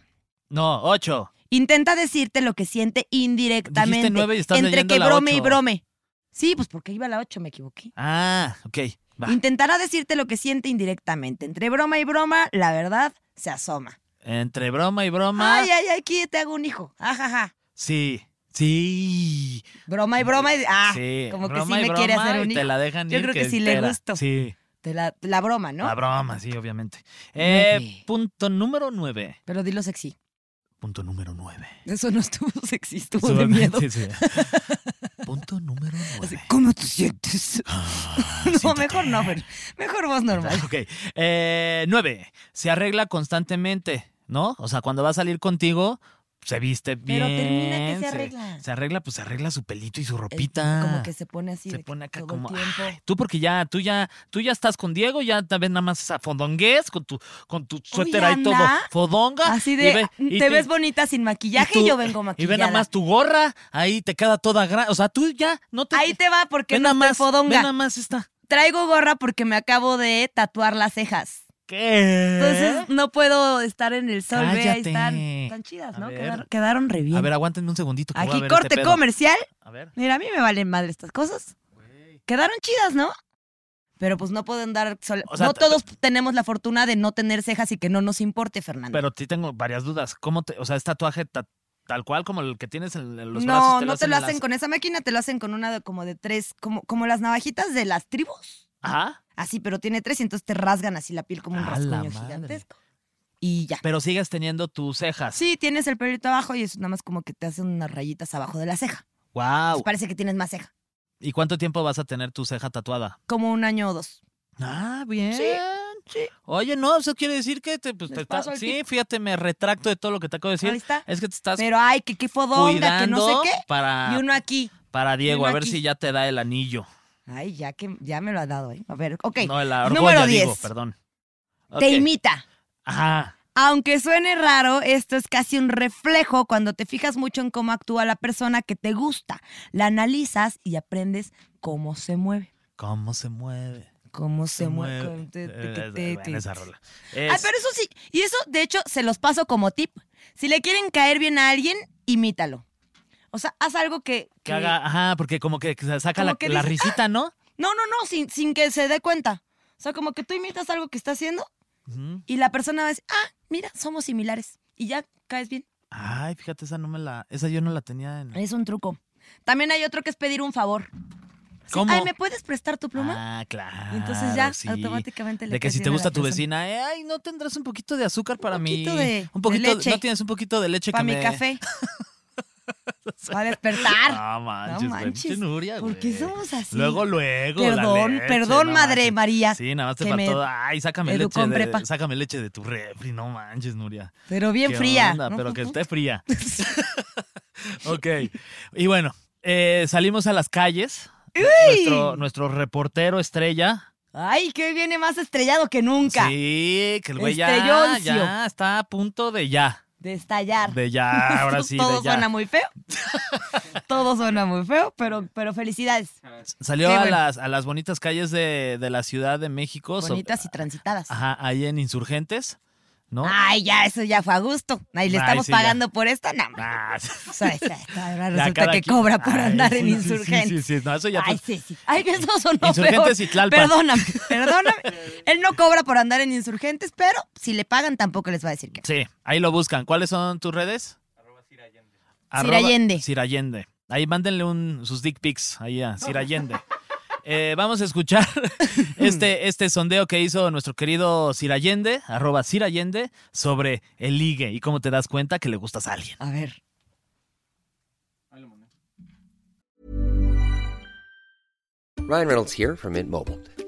Speaker 3: No, ocho.
Speaker 4: Intenta decirte lo que siente indirectamente.
Speaker 3: Dijiste nueve y estás
Speaker 4: Entre
Speaker 3: leyendo
Speaker 4: que
Speaker 3: la
Speaker 4: brome y
Speaker 3: ocho.
Speaker 4: brome. Sí, pues porque iba a la ocho, me equivoqué.
Speaker 3: Ah, ok. Va.
Speaker 4: Intentará decirte lo que siente indirectamente. Entre broma y broma, la verdad se asoma.
Speaker 3: Entre broma y broma.
Speaker 4: Ay, ay, ay, aquí te hago un hijo. Ajaja.
Speaker 3: Sí, sí.
Speaker 4: Broma y broma. Y, ah,
Speaker 3: sí.
Speaker 4: como que sí
Speaker 3: broma y
Speaker 4: me quiere
Speaker 3: broma
Speaker 4: hacer
Speaker 3: y
Speaker 4: un hijo.
Speaker 3: Te la dejan
Speaker 4: Yo
Speaker 3: ir,
Speaker 4: creo que sí le
Speaker 3: te la-
Speaker 4: gusto.
Speaker 3: Sí,
Speaker 4: Te la, la broma, ¿no?
Speaker 3: la broma, sí, obviamente. Eh,
Speaker 4: Nueve.
Speaker 3: punto número nueve.
Speaker 4: Pero dilo sexy.
Speaker 3: Punto número nueve.
Speaker 4: Eso no estuvo sexy, estuvo de miedo.
Speaker 3: Solamente, sí. Punto número
Speaker 4: Así,
Speaker 3: nueve.
Speaker 4: ¿Cómo te sientes?
Speaker 3: Ah,
Speaker 4: no,
Speaker 3: siéntate.
Speaker 4: mejor no, pero mejor voz normal.
Speaker 3: Ok. Eh, nueve. Se arregla constantemente, ¿no? O sea, cuando va a salir contigo, se viste bien.
Speaker 4: Pero termina que se arregla.
Speaker 3: Se, arregla, pues se arregla su pelito y su
Speaker 4: Eh,
Speaker 3: ropita.
Speaker 4: Como que se pone así.
Speaker 3: se
Speaker 4: de que
Speaker 3: pone acá
Speaker 4: todo
Speaker 3: como.
Speaker 4: El tiempo.
Speaker 3: "Ay", tú porque ya, tú ya, tú ya estás con Diego, ya también nada más fodongués con tu, con tu suéter ahí todo
Speaker 4: anda.
Speaker 3: fodonga.
Speaker 4: Así
Speaker 3: y
Speaker 4: de, mm,
Speaker 3: ve- y
Speaker 4: te
Speaker 3: tú-
Speaker 4: ves bonita sin maquillaje y,
Speaker 3: tú-
Speaker 4: yo vengo
Speaker 3: Y
Speaker 4: maquillada.
Speaker 3: ve nada más tu gorra, ahí te queda toda grande. O sea, tú ya no te.
Speaker 4: Ahí te va porque
Speaker 3: ve
Speaker 4: no
Speaker 3: nada
Speaker 4: estoy
Speaker 3: más, ve
Speaker 4: fodonga.
Speaker 3: nada más está.
Speaker 4: Traigo gorra porque me acabo de tatuar las cejas.
Speaker 3: ¿Qué?
Speaker 4: Entonces no puedo estar en el sol, ve, ahí
Speaker 3: ¿Eh? Cállate.
Speaker 4: están. Están chidas,
Speaker 3: A
Speaker 4: ¿no?
Speaker 3: ver.
Speaker 4: Quedaron, quedaron re bien.
Speaker 3: A ver, aguántenme un segundito. que voy a
Speaker 4: Aquí
Speaker 3: ver
Speaker 4: corte
Speaker 3: este pedo.
Speaker 4: comercial.
Speaker 3: A ver.
Speaker 4: Mira, a mí me valen madre estas cosas. Quedaron chidas, ¿no? Pero pues no pueden dar sol-
Speaker 3: O sea,
Speaker 4: no
Speaker 3: t-
Speaker 4: todos tenemos la fortuna de no tener cejas y que no nos importe, Fernando.
Speaker 3: Pero sí tengo varias dudas. ¿Cómo te, o sea, es tatuaje ta- tal cual como el que tienes en, en los brazos?
Speaker 4: no, no te
Speaker 3: en
Speaker 4: lo hacen
Speaker 3: las-
Speaker 4: con esa máquina, te lo hacen con una de, como de tres, como, como las navajitas de las tribus.
Speaker 3: Ajá.
Speaker 4: Así, pero tiene tres y entonces te rasgan así la piel como un
Speaker 3: A la
Speaker 4: rasguño
Speaker 3: madre.
Speaker 4: gigantesco. Y ya.
Speaker 3: Pero sigues teniendo tus cejas.
Speaker 4: Sí, tienes el pelito abajo y es nada más como que te hacen unas rayitas abajo de la ceja.
Speaker 3: Wow.
Speaker 4: Entonces Pues, parece que tienes más ceja.
Speaker 3: ¿Y cuánto tiempo vas a tener tu ceja tatuada?
Speaker 4: Como un año o dos.
Speaker 3: Ah, bien.
Speaker 4: Sí, sí.
Speaker 3: Oye, no, eso quiere decir que te, pues,
Speaker 4: Les
Speaker 3: te está-
Speaker 4: paso el
Speaker 3: Sí, fíjate, me retracto de todo lo que te acabo de decir.
Speaker 4: Ahí está.
Speaker 3: Es que te estás
Speaker 4: Pero ay, que qué fodonga, que no sé
Speaker 3: cuidando
Speaker 4: qué.
Speaker 3: para,
Speaker 4: Y uno aquí.
Speaker 3: para Diego, a
Speaker 4: uno
Speaker 3: ver
Speaker 4: aquí.
Speaker 3: si ya te da el anillo.
Speaker 4: Ay, ya que ya me lo ha dado, ¿eh? A ver, ok.
Speaker 3: No, el argolla,
Speaker 4: Número
Speaker 3: digo,
Speaker 4: 10.
Speaker 3: perdón.
Speaker 4: Te
Speaker 3: Ok.
Speaker 4: imita.
Speaker 3: Ajá.
Speaker 4: Aunque suene raro, esto es casi un reflejo cuando te fijas mucho en cómo actúa la persona que te gusta. La analizas y aprendes cómo se mueve.
Speaker 3: ¿Cómo se mueve?
Speaker 4: Cómo se,
Speaker 3: Se
Speaker 4: mueve.
Speaker 3: mueve.
Speaker 4: Te- te-
Speaker 3: Eh,
Speaker 4: te-
Speaker 3: es-
Speaker 4: te-
Speaker 3: bueno,
Speaker 4: te-
Speaker 3: esa rola. Este,
Speaker 4: Ay,
Speaker 3: Es-
Speaker 4: pero eso sí. Y eso, de hecho, se los paso como tip. Si le quieren caer bien a alguien, imítalo. O sea, haz algo que.
Speaker 3: Que haga, ajá, porque como que se saca
Speaker 4: Como
Speaker 3: la,
Speaker 4: que
Speaker 3: la
Speaker 4: dice, "Ah".
Speaker 3: risita, ¿no?
Speaker 4: No, no, no, sin, sin que se dé cuenta. O sea, como que tú imitas algo que está haciendo
Speaker 3: Ujú.
Speaker 4: y la persona va a decir, ah, mira, somos similares. Y ya caes bien.
Speaker 3: Ay, fíjate, esa no me la, esa yo no la tenía en.
Speaker 4: Es un truco. También hay otro que es pedir un favor. Así,
Speaker 3: ¿Cómo?
Speaker 4: Ay, ¿me puedes prestar tu pluma?
Speaker 3: Ah, claro.
Speaker 4: Y entonces ya
Speaker 3: sí.
Speaker 4: automáticamente le
Speaker 3: De que
Speaker 4: caes
Speaker 3: si
Speaker 4: bien
Speaker 3: te
Speaker 4: a la
Speaker 3: gusta tu
Speaker 4: persona.
Speaker 3: vecina, eh, ay, no tendrás un poquito de azúcar para mí.
Speaker 4: poquito de-
Speaker 3: un
Speaker 4: de
Speaker 3: poquito
Speaker 4: leche.
Speaker 3: no tienes un poquito de leche
Speaker 4: Para
Speaker 3: que
Speaker 4: mi
Speaker 3: me-
Speaker 4: café. Va a despertar.
Speaker 3: No manches, güey,
Speaker 4: manches.
Speaker 3: pinche Nuria,
Speaker 4: ¿Por qué
Speaker 3: Ah, güey.
Speaker 4: somos así?
Speaker 3: Luego, luego. la
Speaker 4: Perdón,
Speaker 3: leche,
Speaker 4: perdón,
Speaker 3: no
Speaker 4: madre
Speaker 3: manches.
Speaker 4: María,
Speaker 3: Sí, nada más te
Speaker 4: que me
Speaker 3: faltó. Ay, sácame
Speaker 4: educó
Speaker 3: leche,
Speaker 4: en
Speaker 3: de,
Speaker 4: prepa.
Speaker 3: sácame leche de tu refri, no manches, Nuria.
Speaker 4: Pero bien
Speaker 3: ¿Qué
Speaker 4: fría.
Speaker 3: onda?
Speaker 4: ¿no?
Speaker 3: Pero que esté fría. ok. Y bueno, eh, salimos a las calles. Nuestro, nuestro reportero estrella.
Speaker 4: Ay, que hoy viene más estrellado que nunca.
Speaker 3: Sí, que el güey ya,
Speaker 4: Estrelloncio.
Speaker 3: ya está a punto de ya.
Speaker 4: De estallar.
Speaker 3: De ya, Ah, ahora
Speaker 4: Pues
Speaker 3: sí,
Speaker 4: Todo
Speaker 3: de ya.
Speaker 4: suena muy feo. todo suena muy feo, pero, pero felicidades.
Speaker 3: Salió
Speaker 4: Qué
Speaker 3: a,
Speaker 4: bueno.
Speaker 3: las, a las bonitas calles de, de la Ciudad de México. so-
Speaker 4: Bonitas Ah, y transitadas.
Speaker 3: Ajá, ahí en Insurgentes, Ah, ¿no?
Speaker 4: Ay, ya, eso ya fue a gusto. Ahí le
Speaker 3: Ay,
Speaker 4: estamos
Speaker 3: sí, ya.
Speaker 4: pagando por esto, nada más.
Speaker 3: Ah,
Speaker 4: O sea, esta- esta
Speaker 3: ya
Speaker 4: ahora resulta
Speaker 3: cada
Speaker 4: que
Speaker 3: quien-
Speaker 4: cobra por
Speaker 3: Ay,
Speaker 4: andar
Speaker 3: sí,
Speaker 4: en
Speaker 3: sí,
Speaker 4: insurgentes.
Speaker 3: Sí, sí, sí, no, eso ya
Speaker 4: Ay,
Speaker 3: fue-
Speaker 4: sí, sí. Ay, que eso sonó
Speaker 3: Insurgentes
Speaker 4: peor.
Speaker 3: y Tlalpan.
Speaker 4: Perdóname, perdóname. Él no cobra por andar en insurgentes, pero si le pagan tampoco les va a decir que no.
Speaker 3: Sí, ahí lo buscan. ¿Cuáles son tus redes? Arroba
Speaker 4: Sirayende.
Speaker 3: Sirayende. Ahí mándenle un, sus dick pics ahí a Sirayende. Eh, vamos a escuchar este, este sondeo que hizo nuestro querido Sirayende, arroba Sirayende, sobre el ligue y cómo te das cuenta que le gustas a alguien.
Speaker 4: A ver.
Speaker 5: Ryan Reynolds here from Mint Mobile.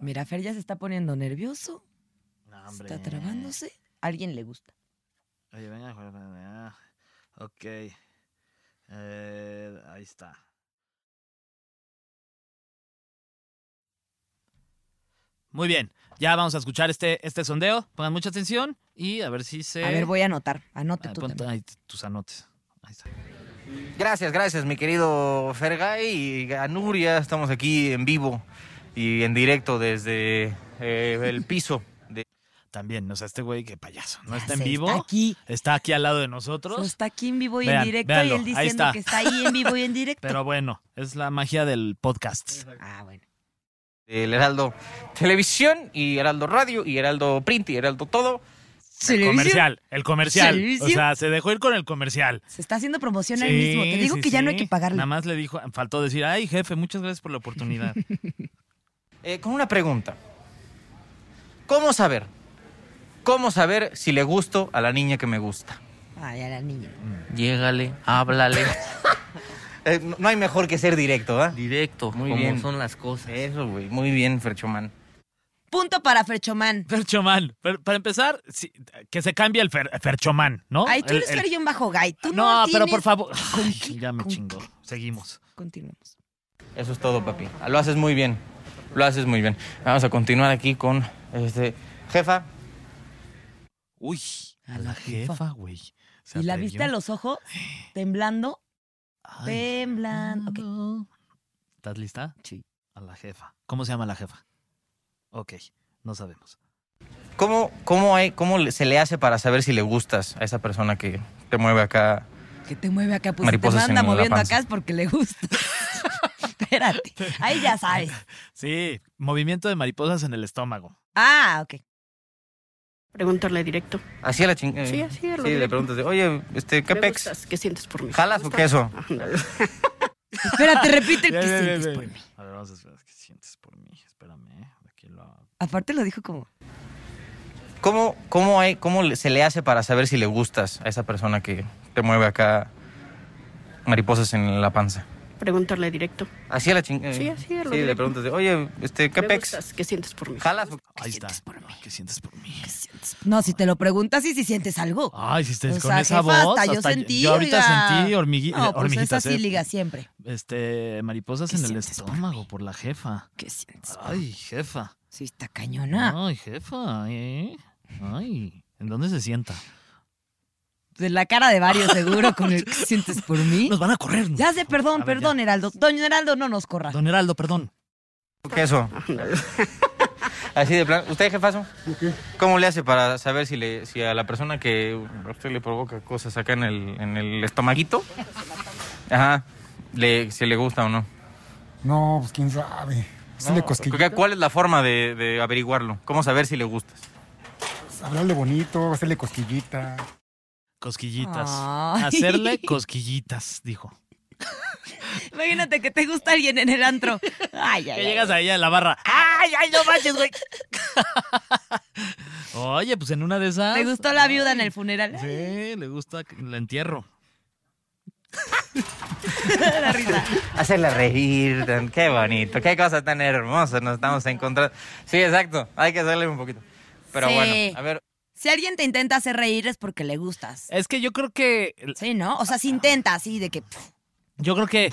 Speaker 4: Mira, Fer ya se está poniendo nervioso. Está trabándose. A alguien le gusta.
Speaker 3: Oye, venga, ah, ok. Eh, ahí está. Muy bien, ya vamos a escuchar este, este sondeo. Pongan mucha atención y a ver si se.
Speaker 4: A ver, voy a anotar. Anote
Speaker 3: Ah,
Speaker 4: tú
Speaker 3: pon
Speaker 4: también.
Speaker 3: ahí tus anotes. Ahí está.
Speaker 6: Gracias, gracias, mi querido Fergay y Anuria. Estamos aquí en vivo y en directo desde eh, el piso. De...
Speaker 3: también. O sea, este güey, qué payaso. No
Speaker 4: Ya
Speaker 3: está en
Speaker 4: sé,
Speaker 3: vivo.
Speaker 4: Está aquí.
Speaker 3: Está aquí al lado de
Speaker 4: O
Speaker 3: nosotros.
Speaker 4: sea, está aquí en vivo y
Speaker 3: Vean,
Speaker 4: en directo
Speaker 3: véanlo,
Speaker 4: y él
Speaker 3: ahí
Speaker 4: diciendo
Speaker 3: está.
Speaker 4: que está ahí en vivo y en directo.
Speaker 3: Pero bueno, es la magia del podcast.
Speaker 4: Ah, bueno.
Speaker 6: El Heraldo Televisión y Heraldo Radio y Heraldo Print y Heraldo Todo.
Speaker 3: El comercial, el comercial. O
Speaker 4: Televisión.
Speaker 3: sea, se dejó ir con el comercial.
Speaker 4: Se está haciendo promoción ahí mismo. Te
Speaker 3: Sí,
Speaker 4: digo
Speaker 3: sí,
Speaker 4: que ya no hay
Speaker 3: sí.
Speaker 4: que pagarle.
Speaker 3: Nada más le dijo, faltó decir, ay jefe, muchas gracias por la oportunidad.
Speaker 6: Eh, con una pregunta. ¿Cómo saber? ¿Cómo saber si le gusto a la niña que me gusta?
Speaker 4: Ay, a la niña.
Speaker 7: Llégale, háblale,
Speaker 6: Eh, no- no hay mejor que ser directo, ¿ah?
Speaker 7: directo,
Speaker 6: Muy
Speaker 7: como
Speaker 6: bien.
Speaker 7: son las cosas.
Speaker 6: Eso, güey. Muy bien, Ferchomán.
Speaker 4: Punto para Ferchomán.
Speaker 3: Ferchomán, per- para empezar, sí, que se cambie el Fer- Ferchomán, ¿no?
Speaker 4: Ay, tú
Speaker 3: El-
Speaker 4: eres
Speaker 3: el-
Speaker 4: Fer bajo gay. Tú no,
Speaker 3: No, pero
Speaker 4: tienes-
Speaker 3: por favor.
Speaker 4: ¿Con
Speaker 3: Ay,
Speaker 4: qué?
Speaker 3: ya me
Speaker 4: ¿Con
Speaker 3: chingo. Seguimos.
Speaker 4: Continuamos.
Speaker 6: Eso es todo, papi. Lo haces muy bien. Lo haces muy bien. Vamos a continuar aquí con este. Jefa,
Speaker 3: Uy, a la jefa, güey. Se
Speaker 4: Y la
Speaker 3: atrevió.
Speaker 4: viste a los ojos temblando,
Speaker 3: Ay,
Speaker 4: temblando. Ok.
Speaker 3: ¿Estás lista?
Speaker 4: Sí.
Speaker 3: A la jefa. ¿Cómo se llama la jefa? Ok, no sabemos.
Speaker 6: ¿cómo, cómo, hay, cómo le- se le hace para saber si le gustas a esa persona que te mueve acá?
Speaker 4: Que te mueve acá, pues si te
Speaker 6: Mariposas en
Speaker 4: manda
Speaker 6: la
Speaker 4: moviendo
Speaker 6: panza.
Speaker 4: acá es porque le gusta. Espérate. Ahí ya sabes.
Speaker 3: Sí, movimiento de mariposas en el estómago.
Speaker 4: Ah, ok.
Speaker 7: Preguntarle directo.
Speaker 6: Así a la chingada.
Speaker 7: Sí, así a lo
Speaker 6: Sí, le
Speaker 7: directo.
Speaker 6: preguntas, de, oye, este, ¿qué pex?
Speaker 7: ¿Qué sientes por mí?
Speaker 6: ¿Jalas o queso?
Speaker 4: Espérate, repite
Speaker 3: Bien,
Speaker 4: el que pues,
Speaker 3: bien,
Speaker 4: sientes
Speaker 3: bien,
Speaker 4: por
Speaker 3: bien.
Speaker 4: mí.
Speaker 3: A ver, vamos a esperar. ¿Qué sientes por mí? Espérame, ¿eh? aquí lo hago.
Speaker 4: Aparte lo dijo como.
Speaker 6: ¿Cómo, cómo, hay, cómo le- se le hace para saber si le gustas a esa persona que te mueve acá mariposas en la panza?
Speaker 7: Preguntarle directo.
Speaker 6: Así a la chingada.
Speaker 7: Sí, así a lo
Speaker 6: Sí, le
Speaker 7: directo.
Speaker 6: preguntas, de, oye, este, ¿qué pex?
Speaker 7: ¿Qué sientes por mí?
Speaker 6: ¿Jalas o
Speaker 3: Ahí está. ¿Qué sientes por mí?
Speaker 4: No, si te lo preguntas y si sientes algo.
Speaker 3: Ay, si estés
Speaker 4: O
Speaker 3: Ah, con
Speaker 4: sea,
Speaker 3: esa
Speaker 4: jefa,
Speaker 3: voz.
Speaker 4: Hasta yo
Speaker 3: hasta
Speaker 4: sentí.
Speaker 3: Yo ahorita
Speaker 4: oiga.
Speaker 3: sentí hormigui-
Speaker 4: No, pues es
Speaker 3: hormiguitas.
Speaker 4: así
Speaker 3: eh,
Speaker 4: liga siempre.
Speaker 3: Este, mariposas
Speaker 4: ¿Qué
Speaker 3: en el
Speaker 4: sientes por
Speaker 3: estómago por la jefa.
Speaker 4: ¿Qué sientes?
Speaker 3: Ay, jefa.
Speaker 4: Sí, está cañona.
Speaker 3: Ay, jefa, ¿eh? Ay, ¿en dónde se sienta?
Speaker 4: De la cara de varios, seguro, con el que sientes por mí.
Speaker 3: Nos van a correr.
Speaker 4: Ya sé, perdón,
Speaker 3: A ver, ya.
Speaker 4: perdón, Heraldo. Doña Heraldo, no nos corra.
Speaker 3: Don Heraldo, perdón.
Speaker 6: queso? Así de plan. ¿Usted, jefazo? ¿Cómo le hace para saber si, le, si a la persona que a usted le provoca cosas acá en el, en el estomaguito? Ajá. Le, si le gusta o no.
Speaker 7: No, pues quién sabe. Hazle
Speaker 6: Porque, ¿Cuál es la forma de, de averiguarlo? ¿Cómo saber si le gustas?
Speaker 7: hablarle bonito, hacerle cosquillita.
Speaker 3: Cosquillitas.
Speaker 4: Ay.
Speaker 3: Hacerle cosquillitas, dijo.
Speaker 4: Imagínate que te gusta alguien en el antro. Ay,
Speaker 3: Que
Speaker 4: ay, ay.
Speaker 3: llegas ahí a la barra. ¡Ay, ay, no manches, güey! Oye, pues en una de esas.
Speaker 4: ¿Te gustó la viuda en el funeral?
Speaker 3: Sí, le gusta que- el entierro.
Speaker 4: La risa.
Speaker 6: Hacerla reír. tan- qué bonito. Qué cosa tan hermosa nos estamos encontrando. Sí, exacto. Hay que hacerle un poquito. Pero
Speaker 4: Sí.
Speaker 6: bueno, a ver.
Speaker 4: Si alguien te intenta hacer reír es porque le gustas.
Speaker 3: Es que yo creo que.
Speaker 4: Sí, ¿no? O sea,
Speaker 3: ah.
Speaker 4: si intenta así de que. pff,
Speaker 3: Yo creo que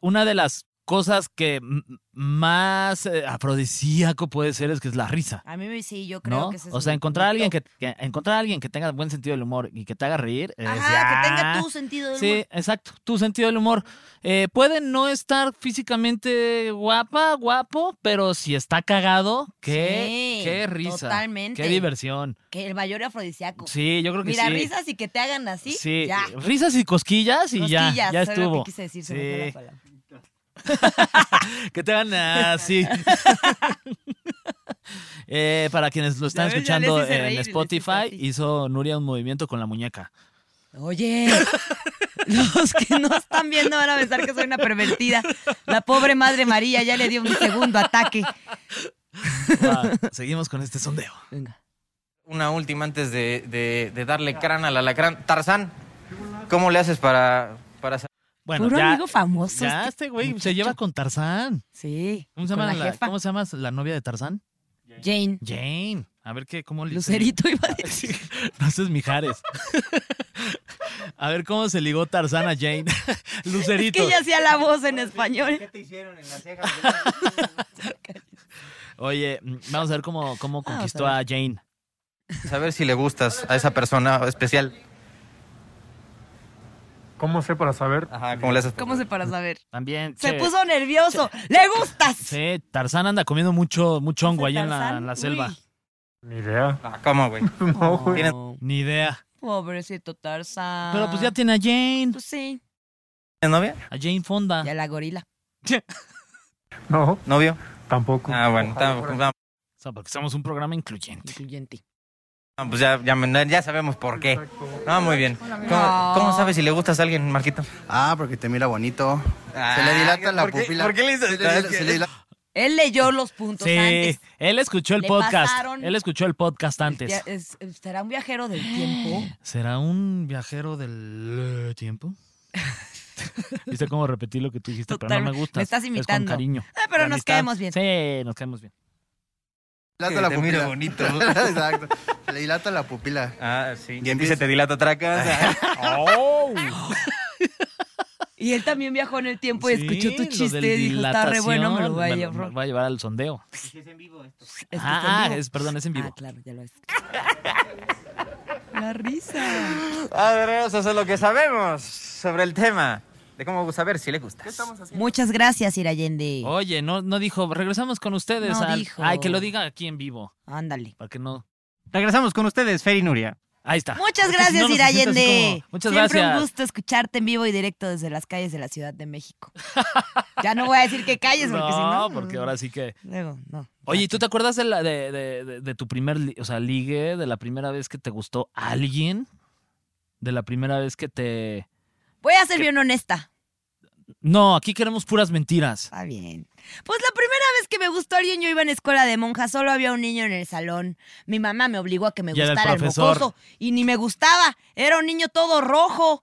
Speaker 3: una de las cosas que m- más eh, afrodisíaco puede ser es que es la risa.
Speaker 4: A mí sí, yo creo
Speaker 3: ¿No?
Speaker 4: que ese es
Speaker 3: o sea,
Speaker 4: mi
Speaker 3: encontrar a alguien
Speaker 4: punto.
Speaker 3: que, que- encontrar a alguien que tenga buen sentido del humor y que te haga reír. es
Speaker 4: Ajá, que
Speaker 3: ya.
Speaker 4: tenga tu sentido del humor.
Speaker 3: Eh, "Ah, Sí, exacto, tu sentido del humor. Eh, puede no estar físicamente guapa, guapo, pero si está cagado, qué,
Speaker 4: Sí,
Speaker 3: qué risa.
Speaker 4: totalmente.
Speaker 3: Qué diversión.
Speaker 4: Que el mayor afrodisíaco.
Speaker 3: Sí, yo creo que
Speaker 4: Mira,
Speaker 3: sí.
Speaker 4: risas y que te hagan así.
Speaker 3: Sí,
Speaker 4: Ya.
Speaker 3: risas y cosquillas y ya,
Speaker 4: Cosquillas,
Speaker 3: ya
Speaker 4: era lo
Speaker 3: estuvo.
Speaker 4: que quise decir, se me fue la
Speaker 3: sí,
Speaker 4: palabra.
Speaker 3: que te hagan así. Eh, para quienes lo están
Speaker 4: Ya ves, ya les
Speaker 3: escuchando
Speaker 4: hice
Speaker 3: en
Speaker 4: reír y les hice
Speaker 3: Spotify,
Speaker 4: así.
Speaker 3: hizo Nuria un movimiento con la muñeca.
Speaker 4: Oye, los que no están viendo van a pensar que soy una pervertida. La pobre Madre María ya le dio un segundo ataque.
Speaker 3: Va, seguimos con este sondeo.
Speaker 4: Venga.
Speaker 6: Una última antes de, de- de darle crán al alacrán. Tarzán, ¿cómo le haces para, para sa-
Speaker 3: Bueno,
Speaker 4: Puro
Speaker 3: ya-
Speaker 4: amigo famoso.
Speaker 3: Ya,
Speaker 4: este-
Speaker 3: este güey se lleva con Tarzán.
Speaker 4: Sí.
Speaker 3: ¿Cómo se,
Speaker 4: con
Speaker 3: llama
Speaker 4: la
Speaker 3: la,
Speaker 4: jefa?
Speaker 3: cómo se llama la novia de Tarzán?
Speaker 4: Jane.
Speaker 3: Jane. Ah, A ver qué, cómo le
Speaker 4: Lucerito iba a decir.
Speaker 3: Sí, No haces mijares. A ver cómo se ligó Tarzán a Jane.
Speaker 4: Es
Speaker 3: Lucerito.
Speaker 4: que ella hacía la voz en español.
Speaker 3: Oye, mm, vamos a ver
Speaker 4: Ah,
Speaker 3: cómo, cómo conquistó a, Jane.
Speaker 6: saber si le gustas a esa persona especial?
Speaker 7: ¿Cómo sé para saber?
Speaker 6: Ajá, ¿cómo le haces?
Speaker 4: ¿Cómo se para saber?
Speaker 3: También.
Speaker 4: Se
Speaker 3: che,
Speaker 4: puso nervioso. ¡Le gustas!
Speaker 3: Sí, Tarzán anda comiendo mucho, mucho hongo
Speaker 4: Ese
Speaker 3: allá en la,
Speaker 4: Tarzán,
Speaker 3: en la selva.
Speaker 4: uy.
Speaker 7: Ni idea.
Speaker 6: Ah, ¿Cómo, güey?
Speaker 7: No,
Speaker 6: Tienes-
Speaker 3: Ni idea.
Speaker 4: Pobrecito Tarzan.
Speaker 3: Pero pues ya tiene a Jane.
Speaker 4: Ah. Pues sí,
Speaker 6: novia?
Speaker 3: A Jane Fonda.
Speaker 4: y a la gorila.
Speaker 7: No,
Speaker 6: ¿Novio?
Speaker 7: tampoco.
Speaker 6: Ah, bueno,
Speaker 7: Ojalá
Speaker 6: tam-
Speaker 7: fuera.
Speaker 3: O sea, porque somos un programa incluyente.
Speaker 4: Incluyente.
Speaker 6: tam- pues ya, ya, me- ya sabemos Pues, por qué. Ah, muy bien. ¿Cómo,
Speaker 4: No.
Speaker 6: cómo sabes si le gustas a alguien, Marquito?
Speaker 8: Ah, porque te mira bonito. se
Speaker 6: Ah,
Speaker 8: le dilata la
Speaker 6: ¿por qué-
Speaker 8: pupila.
Speaker 6: ¿Por qué le Ah, dices?
Speaker 8: Se le dila- se le dila-
Speaker 4: Él leyó los puntos
Speaker 3: Sí,
Speaker 4: antes.
Speaker 3: él escuchó el
Speaker 4: Le
Speaker 3: podcast.
Speaker 4: pasaron-
Speaker 3: Él escuchó el podcast antes.
Speaker 4: Ya, es- ¿Será un viajero del tiempo?
Speaker 3: ¿Será un viajero del eh, tiempo? ¿Viste cómo repetí lo que tú dijiste? pero
Speaker 4: Total,
Speaker 3: no me gusta.
Speaker 4: me estás
Speaker 3: Es con
Speaker 4: imitando.
Speaker 3: cariño.
Speaker 4: Ah, pero
Speaker 3: La
Speaker 4: nos
Speaker 3: amistad.
Speaker 4: caemos bien.
Speaker 3: Sí, nos caemos bien.
Speaker 8: dilata
Speaker 6: Que
Speaker 8: la
Speaker 6: te
Speaker 8: pupila.
Speaker 6: mira bonito.
Speaker 8: Exacto. Se le dilata la pupila.
Speaker 6: Ah, sí.
Speaker 8: Ya
Speaker 6: Y se
Speaker 8: empieza-
Speaker 6: te dilata tracas.
Speaker 4: Y él también viajó en el tiempo y
Speaker 3: Sí,
Speaker 4: Pues escuchó tu
Speaker 3: lo de
Speaker 4: chiste y dijo, está re bueno, me lo voy a
Speaker 3: dilatación, me lo-
Speaker 4: llevar.
Speaker 3: me voy a llevar al sondeo.
Speaker 4: Es que está
Speaker 3: ah,
Speaker 4: en vivo.
Speaker 3: es- perdón, es en vivo.
Speaker 4: Ah, claro, ya lo es. La risa.
Speaker 6: A ver, eso es lo que sabemos sobre el tema. De cómo saber si le gustas.
Speaker 4: Muchas gracias, Irayende.
Speaker 3: Oye, no, no dijo, regresamos con ustedes.
Speaker 4: No
Speaker 3: al-
Speaker 4: dijo.
Speaker 3: Ay, que lo diga aquí en vivo,
Speaker 4: Ándale.
Speaker 3: para que no...
Speaker 6: Regresamos con ustedes, Fer y Nuria.
Speaker 3: Ahí está. Es que
Speaker 4: Muchas
Speaker 3: si no
Speaker 4: gracias,
Speaker 3: nos sientes así
Speaker 4: Irayende.
Speaker 3: como, Muchas
Speaker 4: Siempre
Speaker 3: gracias.
Speaker 4: un gusto escucharte en vivo y directo desde las calles de la Ciudad de México. ya no voy a decir que calles, porque si no.
Speaker 3: No, porque ahora sí que...
Speaker 4: Luego, no.
Speaker 3: Oye, ¿y ¿tú te acuerdas de, la, de, de- de- de tu primer, li- o sea, ligue, de la primera vez que te gustó alguien? De la primera vez que te...
Speaker 4: Voy a ser bien honesta.
Speaker 3: No, aquí queremos puras mentiras.
Speaker 4: Está bien. Pues la primera vez que me gustó alguien, yo iba en escuela de monjas, solo había un niño en el salón. Mi mamá me obligó a que me
Speaker 3: Y era el
Speaker 4: gustara el,
Speaker 3: profesor.
Speaker 4: mocoso y ni me gustaba. Era un niño todo rojo.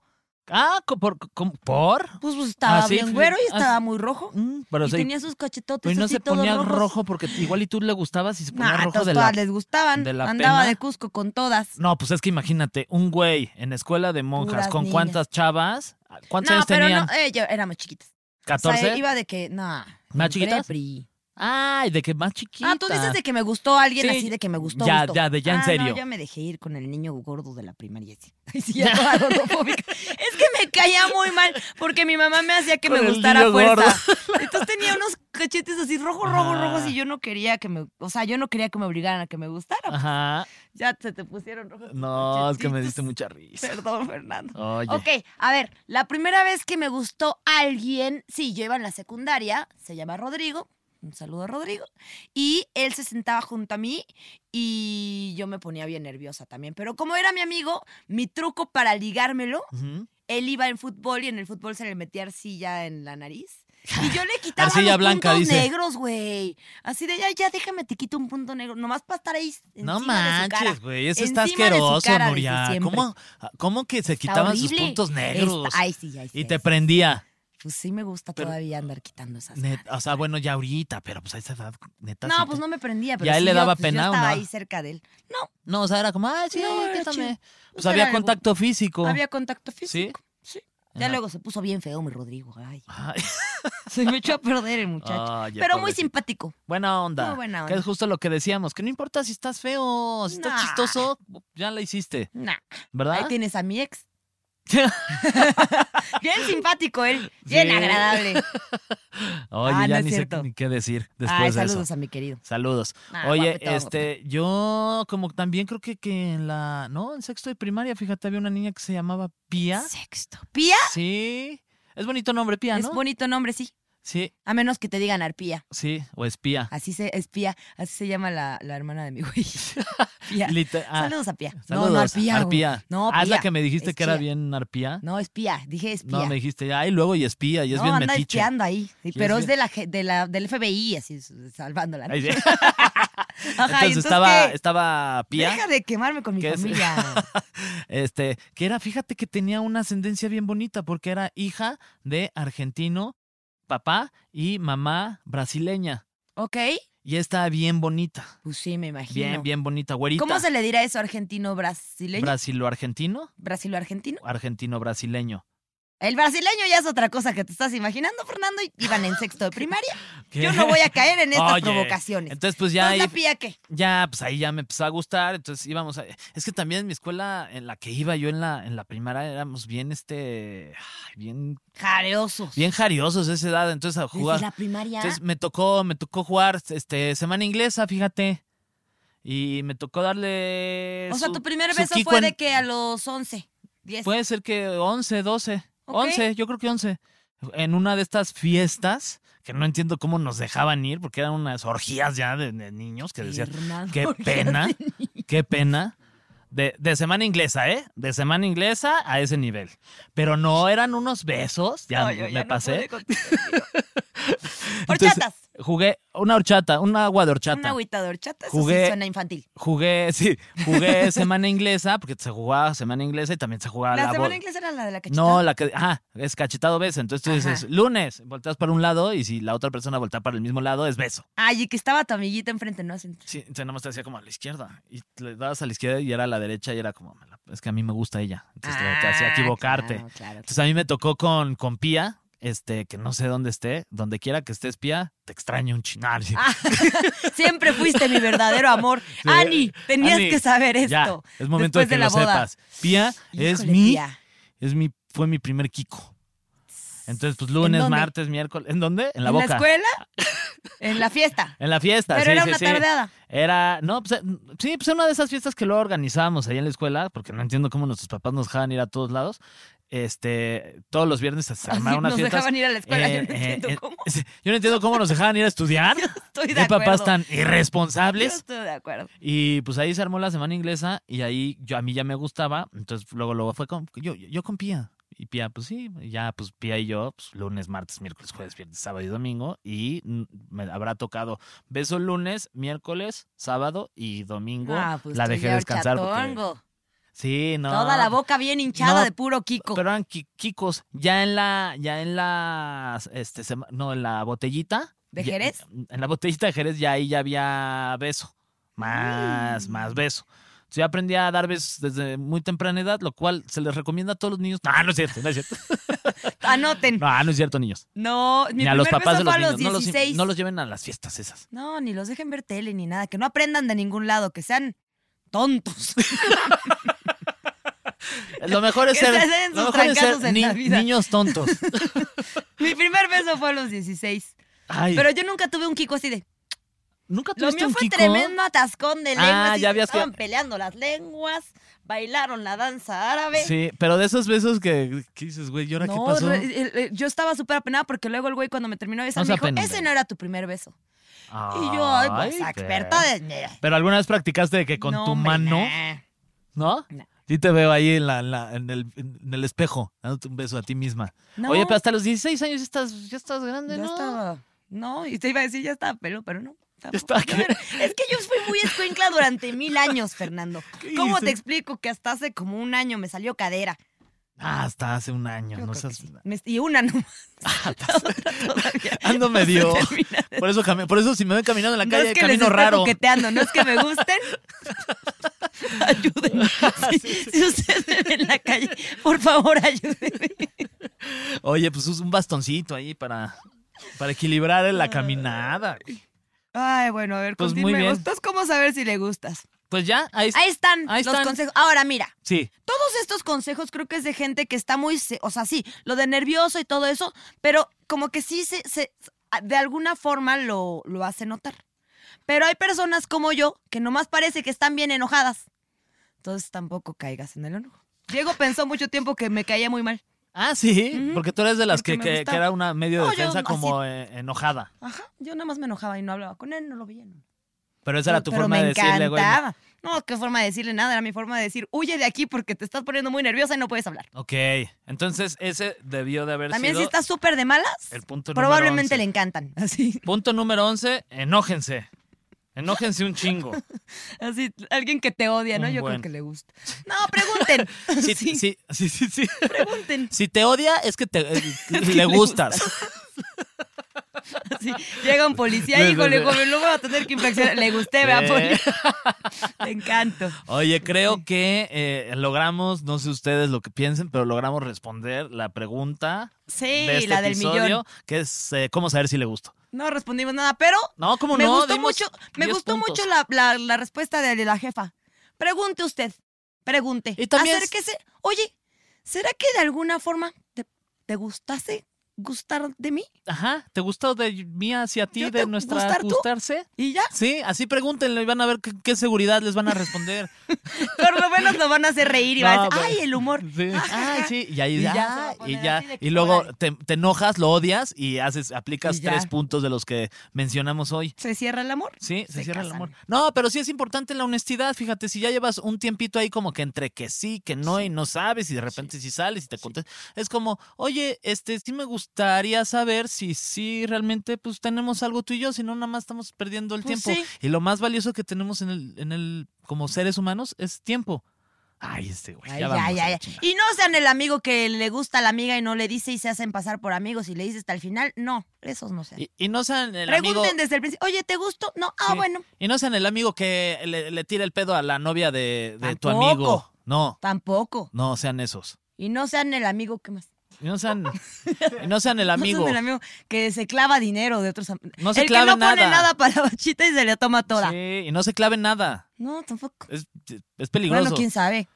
Speaker 3: Ah, co- ¿por? co- ¿por?
Speaker 4: Pues, pues, estaba
Speaker 3: Ah, sí,
Speaker 4: bien
Speaker 3: sí,
Speaker 4: güero y
Speaker 3: ah,
Speaker 4: estaba muy rojo.
Speaker 3: Mm, pero
Speaker 4: y
Speaker 3: sí,
Speaker 4: tenía sus cachetotes
Speaker 3: pero no
Speaker 4: así
Speaker 3: se
Speaker 4: todos
Speaker 3: ponía
Speaker 4: rojos.
Speaker 3: rojo porque igual y tú le gustabas y se ponía
Speaker 4: Nah,
Speaker 3: rojo
Speaker 4: todas
Speaker 3: de la...
Speaker 4: les gustaban.
Speaker 3: de la
Speaker 4: Andaba
Speaker 3: pena.
Speaker 4: de Cusco con todas.
Speaker 3: No, pues es que imagínate, un güey en escuela de monjas,
Speaker 4: Puras
Speaker 3: ¿con
Speaker 4: niñas.
Speaker 3: cuántas chavas? ¿Cuántos
Speaker 4: no,
Speaker 3: años
Speaker 4: pero
Speaker 3: tenían?
Speaker 4: no, eh, yo- éramos chiquitas.
Speaker 3: ¿14?
Speaker 4: O sea, iba de que, no.
Speaker 3: ¿Más
Speaker 4: en
Speaker 3: chiquitas?
Speaker 4: prepri.
Speaker 3: Ay, de que más chiquita.
Speaker 4: Ah, tú dices de que me gustó alguien
Speaker 3: Sí,
Speaker 4: así, de que me gustó.
Speaker 3: ya,
Speaker 4: gusto.
Speaker 3: ya, de ya en
Speaker 4: Ah, no,
Speaker 3: serio.
Speaker 4: ya me dejé ir con el niño gordo de la primaria. sí. Ay, sí, ya toda gordofóbica. es que me caía muy mal porque mi mamá me hacía que
Speaker 3: Con
Speaker 4: me
Speaker 3: el
Speaker 4: gustara
Speaker 3: niño
Speaker 4: fuerza.
Speaker 3: gordo. Ah.
Speaker 4: Entonces tenía unos cachetes así rojos, rojos,
Speaker 3: Ajá.
Speaker 4: rojos y yo no quería que me, o sea, yo no quería que me obligaran a que me gustara.
Speaker 3: Ajá.
Speaker 4: Ya se te pusieron rojos.
Speaker 3: No, es que me diste
Speaker 4: cachetitos.
Speaker 3: mucha risa.
Speaker 4: Perdón, Fernando.
Speaker 3: Oye.
Speaker 4: Ok, a ver, la primera vez que me gustó alguien, sí, yo iba en la secundaria, se llama Rodrigo, un saludo a Rodrigo, y él se sentaba junto a mí y yo me ponía bien nerviosa también, pero como era mi amigo, mi truco para ligármelo,
Speaker 3: Ujú.
Speaker 4: él iba en fútbol y en el fútbol se le metía arcilla en la nariz. Y yo le quitaba
Speaker 3: Arcilla
Speaker 4: los
Speaker 3: blanca,
Speaker 4: puntos
Speaker 3: dice.
Speaker 4: negros, güey. Así de, ya, ya, déjame, te quito un punto negro. Nomás para estar ahí
Speaker 3: No
Speaker 4: encima de su cara.
Speaker 3: manches, güey, eso está
Speaker 4: Encima de su
Speaker 3: asqueroso,
Speaker 4: cara desde
Speaker 3: Nuria.
Speaker 4: siempre.
Speaker 3: ¿Cómo, ¿Cómo que se
Speaker 4: Está
Speaker 3: quitaban sus
Speaker 4: horrible.
Speaker 3: puntos negros?
Speaker 4: Está- ay, sí, ay, sí.
Speaker 3: y
Speaker 4: ay,
Speaker 3: te
Speaker 4: sí.
Speaker 3: prendía.
Speaker 4: Pues sí me gusta
Speaker 3: Pero-
Speaker 4: todavía andar quitando esas.
Speaker 3: Net-
Speaker 4: madres.
Speaker 3: o sea, bueno, ya ahorita, pero pues a esa edad, neta. sí
Speaker 4: no,
Speaker 3: te-
Speaker 4: pues no me prendía, pero
Speaker 3: ¿Y a él
Speaker 4: sí
Speaker 3: le
Speaker 4: yo,
Speaker 3: daba
Speaker 4: pues, yo
Speaker 3: pena o
Speaker 4: estaba
Speaker 3: no?
Speaker 4: ahí cerca de él. No,
Speaker 3: No, o sea, era como, ay, sí,
Speaker 4: No, era
Speaker 3: quítame.
Speaker 4: chido.
Speaker 3: Pues
Speaker 4: Pues era
Speaker 3: había
Speaker 4: algo-
Speaker 3: contacto físico.
Speaker 4: había contacto
Speaker 3: ¿Sí?
Speaker 4: físico. Sí. Ya
Speaker 3: Ajá.
Speaker 4: luego se puso bien feo mi Rodrigo. Ay,
Speaker 3: Ay,
Speaker 4: se me echó a perder el muchacho.
Speaker 3: ay,
Speaker 4: pero muy
Speaker 3: pobrecito.
Speaker 4: simpático.
Speaker 3: Buena onda.
Speaker 4: Muy buena
Speaker 3: Que es
Speaker 4: onda.
Speaker 3: justo lo que decíamos, que no importa si estás feo, si estás
Speaker 4: Nah.
Speaker 3: chistoso, ya la hiciste,
Speaker 4: Nah. Ahí
Speaker 3: ¿verdad?
Speaker 4: tienes a mi ex. Bien simpático él. Bien
Speaker 3: Sí.
Speaker 4: agradable.
Speaker 3: Oye,
Speaker 4: Ah, no
Speaker 3: ya
Speaker 4: es
Speaker 3: ni sé
Speaker 4: cierto.
Speaker 3: ni qué decir después
Speaker 4: Ay,
Speaker 3: de eso.
Speaker 4: saludos a mi querido.
Speaker 3: Saludos.
Speaker 4: Nah,
Speaker 3: Oye,
Speaker 4: Ah, guapetón,
Speaker 3: este, yo como también creo que, que en la, ¿no? En sexto de primaria, fíjate, había una niña que se llamaba Pía.
Speaker 4: Sexto. Pía.
Speaker 3: Sí. Es bonito nombre, Pía,
Speaker 4: Es
Speaker 3: ¿no?
Speaker 4: bonito nombre, sí.
Speaker 3: sí,
Speaker 4: A menos que te digan arpía.
Speaker 3: sí, o espía.
Speaker 4: Así se espía. Así se llama la, la hermana de mi güey. Pía.
Speaker 3: Liter- ah,
Speaker 4: Saludos a Pía. No,
Speaker 3: saludos,
Speaker 4: no, arpía. güey.
Speaker 3: Arpía.
Speaker 4: No,
Speaker 3: Ah, es la
Speaker 4: Pía.
Speaker 3: que me dijiste
Speaker 4: Es
Speaker 3: que era
Speaker 4: chida.
Speaker 3: bien arpía.
Speaker 4: No, espía, dije espía.
Speaker 3: No, me dijiste, ay, luego y espía, y es
Speaker 4: No,
Speaker 3: bien
Speaker 4: anda
Speaker 3: metiche.
Speaker 4: espiando ahí. Sí,
Speaker 3: es
Speaker 4: pero es,
Speaker 3: bien-
Speaker 4: de la, ge- de la, del FBI, así, s- salvándola. ¿no?
Speaker 3: Ay, sí.
Speaker 4: Ajá,
Speaker 3: entonces,
Speaker 4: y
Speaker 3: estaba,
Speaker 4: ¿qué?
Speaker 3: estaba Pía.
Speaker 4: Deja de quemarme con mi
Speaker 3: que es-
Speaker 4: familia.
Speaker 3: este, que era, fíjate que tenía una ascendencia bien bonita, porque era hija de argentino, papá y mamá brasileña.
Speaker 4: ok,
Speaker 3: Y está bien bonita.
Speaker 4: pues sí, me imagino.
Speaker 3: Bien, bien bonita, güerita.
Speaker 4: ¿Cómo se le dirá eso argentino-brasileño?
Speaker 3: Brasilo-argentino,
Speaker 4: ¿Brasilo-argentino?
Speaker 3: argentino-brasileño.
Speaker 4: El brasileño ya es otra cosa que te estás imaginando, Fernando. y Iban en sexto de primaria.
Speaker 3: ¿Qué?
Speaker 4: Yo no voy a caer en estas
Speaker 3: Oye,
Speaker 4: provocaciones.
Speaker 3: Entonces, pues ya,
Speaker 4: ¿Entonces la
Speaker 3: ahí-
Speaker 4: pía qué?
Speaker 3: ya, pues ahí ya me empezó a gustar. Entonces íbamos a. Es que también en mi escuela, en la que iba yo en la, en la primaria, éramos bien, este. ay, Bien,
Speaker 4: Jareosos.
Speaker 3: bien jariosos a esa edad. Entonces a
Speaker 4: Desde
Speaker 3: jugar.
Speaker 4: la primaria.
Speaker 3: Entonces me tocó, me tocó jugar este, semana inglesa, fíjate. Y me tocó darle.
Speaker 4: O sea,
Speaker 3: su-
Speaker 4: tu primer
Speaker 3: su
Speaker 4: beso
Speaker 3: Kiko
Speaker 4: fue
Speaker 3: en-
Speaker 4: de que a los 11, 10.
Speaker 3: Puede ser que 11, 12.
Speaker 4: Ok.
Speaker 3: 11, yo creo que 11. En una de estas fiestas, que no entiendo cómo nos dejaban ir, porque eran unas orgías ya de, de niños que decían,
Speaker 4: Fernando,
Speaker 3: qué
Speaker 4: orgías
Speaker 3: pena, qué pena. De, de semana inglesa, ¿eh? De semana inglesa a ese nivel. Pero no eran unos besos, ya
Speaker 4: No, yo
Speaker 3: me
Speaker 4: ya no pude
Speaker 3: pasé.
Speaker 4: contigo.
Speaker 3: Entonces,
Speaker 4: Horchatas.
Speaker 3: Jugué una horchata, una agua de horchata.
Speaker 4: Una agüita de horchata, eso
Speaker 3: Jugué-
Speaker 4: sí suena infantil.
Speaker 3: Jugué, sí, jugué semana inglesa, porque se jugaba semana inglesa y también se jugaba
Speaker 4: La
Speaker 3: la,
Speaker 4: semana
Speaker 3: bo-
Speaker 4: inglesa era la de la cachetada.
Speaker 3: no, la que. Ah, es cachetado beso. Entonces tú dices,
Speaker 4: Ajá.
Speaker 3: lunes, volteas para un lado y si la otra persona voltea para el mismo lado, es beso.
Speaker 4: Ay, y que estaba tu amiguita enfrente, ¿no? Así-
Speaker 3: Sí, entonces nada más te hacía como a la izquierda. Y le dabas a la izquierda y era a la derecha y era como, "Me la- es que a mí me gusta ella. Entonces te, te hacía
Speaker 4: Ah,
Speaker 3: equivocarte.
Speaker 4: claro, claro,
Speaker 3: Entonces a mí me tocó con, con Pía, este, que no sé dónde esté, donde quiera que estés, Pía, te extraño un chinar.
Speaker 4: Ah, Siempre fuiste mi verdadero amor. Ani, tenías
Speaker 3: Ani,
Speaker 4: que saber esto.
Speaker 3: ya, es momento de
Speaker 4: después
Speaker 3: que
Speaker 4: la
Speaker 3: lo
Speaker 4: boda.
Speaker 3: sepas. Pía es
Speaker 4: Híjole,
Speaker 3: mi,
Speaker 4: Pía.
Speaker 3: es mi, fue mi primer Kiko. Entonces, pues lunes,
Speaker 4: dónde?
Speaker 3: martes, miércoles. ¿En dónde? En la
Speaker 4: ¿En
Speaker 3: boca.
Speaker 4: la escuela? En la fiesta.
Speaker 3: En la fiesta,
Speaker 4: Pero
Speaker 3: sí,
Speaker 4: era
Speaker 3: sí,
Speaker 4: una
Speaker 3: sí.
Speaker 4: tardeada.
Speaker 3: Era, no, pues, eh, sí, pues era una de esas fiestas que luego organizábamos ahí en la escuela, porque no entiendo cómo nuestros papás nos dejaban ir a todos lados. Este, todos los viernes se armaban unas
Speaker 4: nos
Speaker 3: fiestas.
Speaker 4: dejaban ir a la escuela,
Speaker 3: Eh,
Speaker 4: yo no entiendo
Speaker 3: cómo. Yo no entiendo cómo nos dejaban ir a estudiar.
Speaker 4: Estoy de
Speaker 3: Qué papás
Speaker 4: acuerdo.
Speaker 3: tan irresponsables.
Speaker 4: Yo estoy de acuerdo.
Speaker 3: Y pues ahí se armó la semana inglesa y ahí yo a mí ya me gustaba, entonces luego luego fue con yo yo con Pía y Pía pues sí, ya pues Pía y yo pues, lunes, martes, miércoles, jueves, viernes, sábado y domingo y mm, me habrá tocado beso lunes, miércoles, sábado y domingo.
Speaker 4: Ah, pues
Speaker 3: la
Speaker 4: tú
Speaker 3: dejé
Speaker 4: ya
Speaker 3: descansar porque
Speaker 4: horchatongo.
Speaker 3: sí, no.
Speaker 4: Toda la boca bien hinchada
Speaker 3: No,
Speaker 4: de puro Kiko.
Speaker 3: Pero eran ki- Kikos, ya en la ya en la este sema- no, en la botellita
Speaker 4: ¿De
Speaker 3: ya-
Speaker 4: Jerez?
Speaker 3: en la botellita de Jerez ya ahí ya había beso. Más,
Speaker 4: Mm.
Speaker 3: más beso. Entonces, Yo aprendí a dar besos desde muy temprana edad, lo cual se les recomienda a todos los niños. No, no es cierto, no es cierto.
Speaker 4: Anoten.
Speaker 3: No, no es cierto, niños.
Speaker 4: No, mi
Speaker 3: ni a los
Speaker 4: primer
Speaker 3: papás de
Speaker 4: beso
Speaker 3: los niños.
Speaker 4: fue a los
Speaker 3: no, los,
Speaker 4: 16.
Speaker 3: no los lleven a las fiestas esas.
Speaker 4: No, ni los dejen ver tele ni nada, que no aprendan de ningún lado, que sean tontos.
Speaker 3: Lo mejor es
Speaker 4: Que
Speaker 3: ser,
Speaker 4: se den
Speaker 3: lo
Speaker 4: sus
Speaker 3: mejor es ser
Speaker 4: trancazos en
Speaker 3: ni-
Speaker 4: la vida.
Speaker 3: niños tontos.
Speaker 4: Mi primer beso fue a los 16.
Speaker 3: Ay.
Speaker 4: Pero yo nunca tuve un Kiko así de.
Speaker 3: Nunca
Speaker 4: Lo
Speaker 3: tuviste
Speaker 4: mío
Speaker 3: un
Speaker 4: fue
Speaker 3: Kiko?
Speaker 4: tremendo atascón de
Speaker 3: Ah,
Speaker 4: lenguas.
Speaker 3: ya
Speaker 4: y se
Speaker 3: habías que-
Speaker 4: Estaban peleando las lenguas, bailaron la danza árabe.
Speaker 3: Sí, pero de esos besos que, que dices, güey, ¿y ahora qué
Speaker 4: No,
Speaker 3: pasó?
Speaker 4: re- el- el- yo estaba súper apenada porque luego el güey cuando me terminó de besar
Speaker 3: No se
Speaker 4: me dijo,
Speaker 3: apenen,
Speaker 4: ese
Speaker 3: güey.
Speaker 4: no era tu primer beso. y yo, ay, pues,
Speaker 3: Ay,
Speaker 4: experta
Speaker 3: pero-
Speaker 4: de... mira,
Speaker 3: Pero alguna vez practicaste de que con
Speaker 4: no,
Speaker 3: tu
Speaker 4: hombre,
Speaker 3: mano,
Speaker 4: nah.
Speaker 3: ¿no? Sí te veo ahí en, la, en la- en el, en el espejo, dándote un beso a ti misma.
Speaker 4: No.
Speaker 3: Oye, pero hasta los 16 años ya estás, ya estás grande,
Speaker 4: Ya
Speaker 3: ¿no?
Speaker 4: estaba. No, y te iba a decir, ya estaba pelo, pero no. tampoco.
Speaker 3: estaba
Speaker 4: Yo era- Es que yo fui muy escuincla durante mil años, Fernando. ¿Cómo
Speaker 3: hice?
Speaker 4: te explico que hasta hace como un año me salió cadera?
Speaker 3: Ah, hasta hace un año. no seas-
Speaker 4: Me- y una nomás.
Speaker 3: Ando medio. Por eso, cami- por eso si me ven caminando en la
Speaker 4: No
Speaker 3: calle,
Speaker 4: es que les
Speaker 3: camino
Speaker 4: esté
Speaker 3: raro.
Speaker 4: coqueteando, no es que me gusten.
Speaker 3: Ah,
Speaker 4: Ayúdenme. Si, si ustedes me ven en la calle, por favor, ayúdenme.
Speaker 3: Oye, pues usa un bastoncito ahí para, para equilibrar en la
Speaker 4: Ah.
Speaker 3: caminada.
Speaker 4: Ay, bueno, a ver,
Speaker 3: Pues muy
Speaker 4: continúe.
Speaker 3: bien.
Speaker 4: ¿Gustas cómo saber si le gustas?
Speaker 3: Pues ya, ahí,
Speaker 4: Ahí están
Speaker 3: Ahí
Speaker 4: los
Speaker 3: están.
Speaker 4: consejos. Ahora, mira,
Speaker 3: Sí.
Speaker 4: todos estos consejos creo que es de gente que está muy, se- o sea, sí, lo de nervioso y todo eso, pero como que sí se, se- de alguna forma lo, lo hace notar. Pero hay personas como yo que nomás parece que están bien enojadas. Entonces tampoco caigas en el enojo. Diego pensó mucho tiempo que me caía muy mal.
Speaker 3: Ah, sí, porque tú eres de las
Speaker 4: Porque
Speaker 3: que,
Speaker 4: me
Speaker 3: que-
Speaker 4: gusta.
Speaker 3: que era una medio
Speaker 4: No, yo
Speaker 3: defensa
Speaker 4: así-
Speaker 3: como eh, enojada.
Speaker 4: Ajá, yo nada más me enojaba y no hablaba con él, no lo veía. no.
Speaker 3: Pero esa era tu
Speaker 4: Pero
Speaker 3: forma
Speaker 4: me
Speaker 3: de decirle, güey.
Speaker 4: encantaba. No, qué forma de decirle nada, era mi forma de decir, huye de aquí porque te estás poniendo muy nerviosa y no puedes hablar.
Speaker 3: Ok, entonces ese debió de haber
Speaker 4: También si
Speaker 3: sido
Speaker 4: estás súper de malas,
Speaker 3: el punto número
Speaker 4: probablemente
Speaker 3: 11.
Speaker 4: le encantan. Así.
Speaker 3: Punto número 11, enójense. Enójense un chingo.
Speaker 4: Así, alguien que te odia, ¿no?
Speaker 3: Un
Speaker 4: Yo
Speaker 3: buen.
Speaker 4: creo que le gusta. No, pregunten.
Speaker 3: Sí, sí, sí, sí, sí.
Speaker 4: Pregunten.
Speaker 3: Si te odia, es que te, eh,
Speaker 4: que
Speaker 3: le
Speaker 4: le
Speaker 3: gustas.
Speaker 4: Así, llega un
Speaker 3: Sí,
Speaker 4: policía,
Speaker 3: sí,
Speaker 4: híjole,
Speaker 3: sí.
Speaker 4: joven, lo voy a tener que infraccionar. Le gusté, vea,
Speaker 3: Sí.
Speaker 4: poli. Te encanto.
Speaker 3: Oye, creo que eh, logramos, no sé ustedes lo que piensen, pero logramos responder la pregunta
Speaker 4: Sí,
Speaker 3: de este
Speaker 4: la del
Speaker 3: episodio,
Speaker 4: millón.
Speaker 3: que es eh, cómo saber si le gusto.
Speaker 4: No respondimos nada, pero
Speaker 3: No, ¿cómo
Speaker 4: me
Speaker 3: no?
Speaker 4: gustó
Speaker 3: Dimos
Speaker 4: mucho, me
Speaker 3: 10
Speaker 4: gustó
Speaker 3: puntos.
Speaker 4: mucho la, la- la respuesta de la jefa. Pregunte usted, pregunte.
Speaker 3: Y también es-
Speaker 4: Acérquese. Oye, ¿será que de alguna forma te, te gustase? gustar de mí.
Speaker 3: Ajá, ¿te gustó de mí hacia ti, de nuestra
Speaker 4: gustar tú?
Speaker 3: gustarse?
Speaker 4: ¿Y ya?
Speaker 3: Sí, así pregúntenle y van a ver qué, qué seguridad les van a responder.
Speaker 4: Por lo menos nos van a hacer reír y van
Speaker 3: No,
Speaker 4: a decir,
Speaker 3: pero-
Speaker 4: ¡ay, el humor! Ah,
Speaker 3: Sí. Ay, sí, y ahí
Speaker 4: Y ya se va
Speaker 3: ya,
Speaker 4: a poner
Speaker 3: y ya,
Speaker 4: así de que,
Speaker 3: y luego te, te enojas, lo odias y haces, aplicas
Speaker 4: Y ya.
Speaker 3: tres puntos de los que mencionamos hoy.
Speaker 4: ¿Se cierra el amor?
Speaker 3: Sí, se, cierra el amor. No, pero sí es importante la honestidad. Fíjate, si ya llevas un tiempito ahí como que entre que sí, que no, y no sabes, y de repente si sales y te contestas. Es como, oye, este, sí me gustaría saber si sí realmente pues tenemos algo tú y yo, si no, nada más estamos perdiendo el
Speaker 4: Pues
Speaker 3: tiempo.
Speaker 4: sí.
Speaker 3: Y lo más valioso que tenemos en el, en el, como seres humanos, es tiempo. Ay, este güey,
Speaker 4: Ay,
Speaker 3: ya
Speaker 4: ya,
Speaker 3: vamos.
Speaker 4: ya, ya. Y no sean el amigo que le gusta a la amiga y no le dice y se hacen pasar por amigos y le dice hasta el final. No, esos no sean.
Speaker 3: Y, y no sean el
Speaker 4: Pregunten
Speaker 3: amigo...
Speaker 4: desde el principio, oye, ¿te gustó? No, ah,
Speaker 3: Sí.
Speaker 4: bueno.
Speaker 3: Y no sean el amigo que le, le tira el pedo a la novia de, de tu
Speaker 4: Tampoco.
Speaker 3: amigo. No,
Speaker 4: Tampoco.
Speaker 3: no sean esos.
Speaker 4: Y no sean el amigo que más.
Speaker 3: Y no sean, y no sean el
Speaker 4: No
Speaker 3: amigo.
Speaker 4: sean el amigo que se clava dinero de otros amigos.
Speaker 3: No se
Speaker 4: el
Speaker 3: clave
Speaker 4: que no pone
Speaker 3: nada.
Speaker 4: nada para la bachita y se le toma toda.
Speaker 3: Sí, y no se claven nada.
Speaker 4: No, tampoco.
Speaker 3: Es, es peligroso.
Speaker 4: Bueno, quién sabe.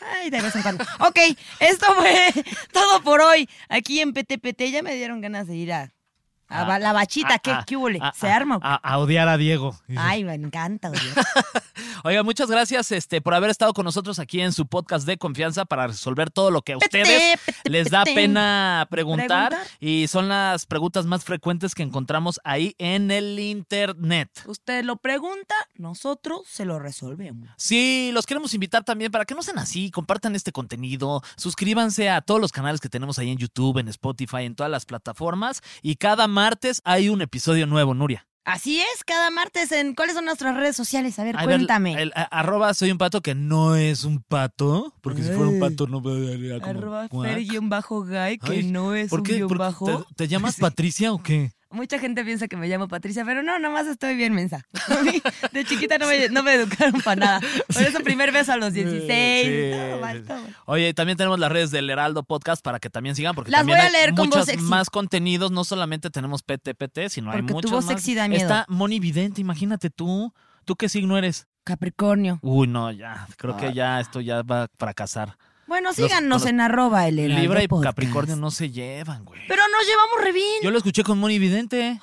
Speaker 4: Ay, de vez en cuando. ok, esto fue todo por hoy. Aquí en PTPT ya me dieron ganas de ir a, a ba- la bachita.
Speaker 3: Ah,
Speaker 4: ¿Qué,
Speaker 3: ah,
Speaker 4: qué hule?
Speaker 3: ah,
Speaker 4: ¿Se
Speaker 3: ah,
Speaker 4: arma? o qué?
Speaker 3: A, a odiar a Diego.
Speaker 4: Ay, me encanta. oye.
Speaker 3: Oiga, muchas gracias este, por haber estado con nosotros aquí en su podcast de confianza para resolver todo lo que a ustedes les da pena preguntar.
Speaker 4: Preguntar.
Speaker 3: Y son las preguntas más frecuentes que encontramos ahí en el internet.
Speaker 4: Usted lo pregunta, nosotros se lo resolvemos.
Speaker 3: Sí, los queremos invitar también para que no sean así, compartan este contenido, suscríbanse a todos los canales que tenemos ahí en YouTube, en Spotify, en todas las plataformas y cada martes hay un episodio nuevo, Nuria.
Speaker 4: Así es, cada martes en cuáles son nuestras redes sociales. A ver,
Speaker 3: A ver,
Speaker 4: cuéntame.
Speaker 3: el, a- arroba soy un pato que no es un pato, porque si fuera un pato no daría Ah, como
Speaker 4: Arroba
Speaker 3: cuac.
Speaker 4: Fer-Guy, que
Speaker 3: Ay,
Speaker 4: no es
Speaker 3: ¿Por
Speaker 4: un
Speaker 3: qué?
Speaker 4: guión
Speaker 3: ¿Por qué?
Speaker 4: bajo.
Speaker 3: ¿Te, te llamas Patricia o qué?
Speaker 4: Mucha gente piensa que me llamo Patricia, pero no, nomás estoy bien mensa. A mí, de chiquita no me, no me educaron para nada. Por eso primer beso a los 16.
Speaker 3: Sí.
Speaker 4: todo mal, todo mal.
Speaker 3: Oye, también tenemos las redes del Heraldo Podcast para que también sigan, porque
Speaker 4: Las
Speaker 3: también
Speaker 4: voy a
Speaker 3: hay
Speaker 4: leer con voz
Speaker 3: muchos
Speaker 4: sexy.
Speaker 3: más contenidos. No solamente tenemos PTPT, sino hay
Speaker 4: Porque tu
Speaker 3: muchos
Speaker 4: voz
Speaker 3: más.
Speaker 4: sexy da miedo.
Speaker 3: Está Moni Vidente, imagínate tú. ¿Tú qué signo eres?
Speaker 4: Capricornio.
Speaker 3: Uy, no, ya. Creo que
Speaker 4: Ay.
Speaker 3: ya esto ya va a fracasar.
Speaker 4: Bueno,
Speaker 3: Los-
Speaker 4: síganos
Speaker 3: con los-
Speaker 4: en arroba el Heraldo
Speaker 3: Libra y
Speaker 4: Podcast.
Speaker 3: Capricornio no se llevan, güey.
Speaker 4: Pero nos llevamos re bien. Ah,
Speaker 3: Yo lo escuché con Moni Vidente.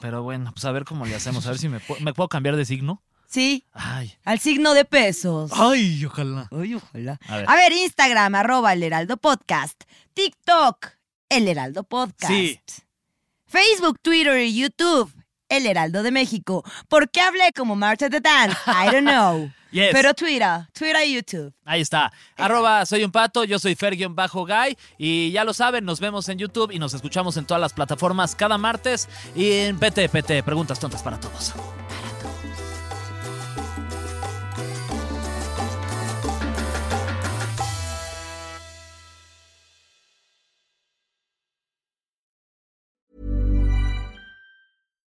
Speaker 3: Pero bueno, pues a ver cómo le hacemos. A ver si me, pu- ¿me puedo cambiar de signo.
Speaker 4: Sí,
Speaker 3: Ay.
Speaker 4: al signo de pesos.
Speaker 3: Ay, ojalá.
Speaker 4: Ay, ojalá.
Speaker 3: A ver.
Speaker 4: A ver, Instagram, arroba el Heraldo Podcast. TikTok, el Heraldo Podcast.
Speaker 3: Sí.
Speaker 4: Facebook, Twitter y YouTube, el Heraldo de México. ¿Por qué hablé como Marcha de Dance? I don't know.
Speaker 3: Yes.
Speaker 4: Pero Twitter, Twitter y YouTube.
Speaker 3: Ahí está. Arroba soy un pato, yo soy Fer-Guy. Y ya lo saben, nos vemos en YouTube y nos escuchamos en todas las plataformas cada martes. Y en PT, PT, preguntas tontas para todos.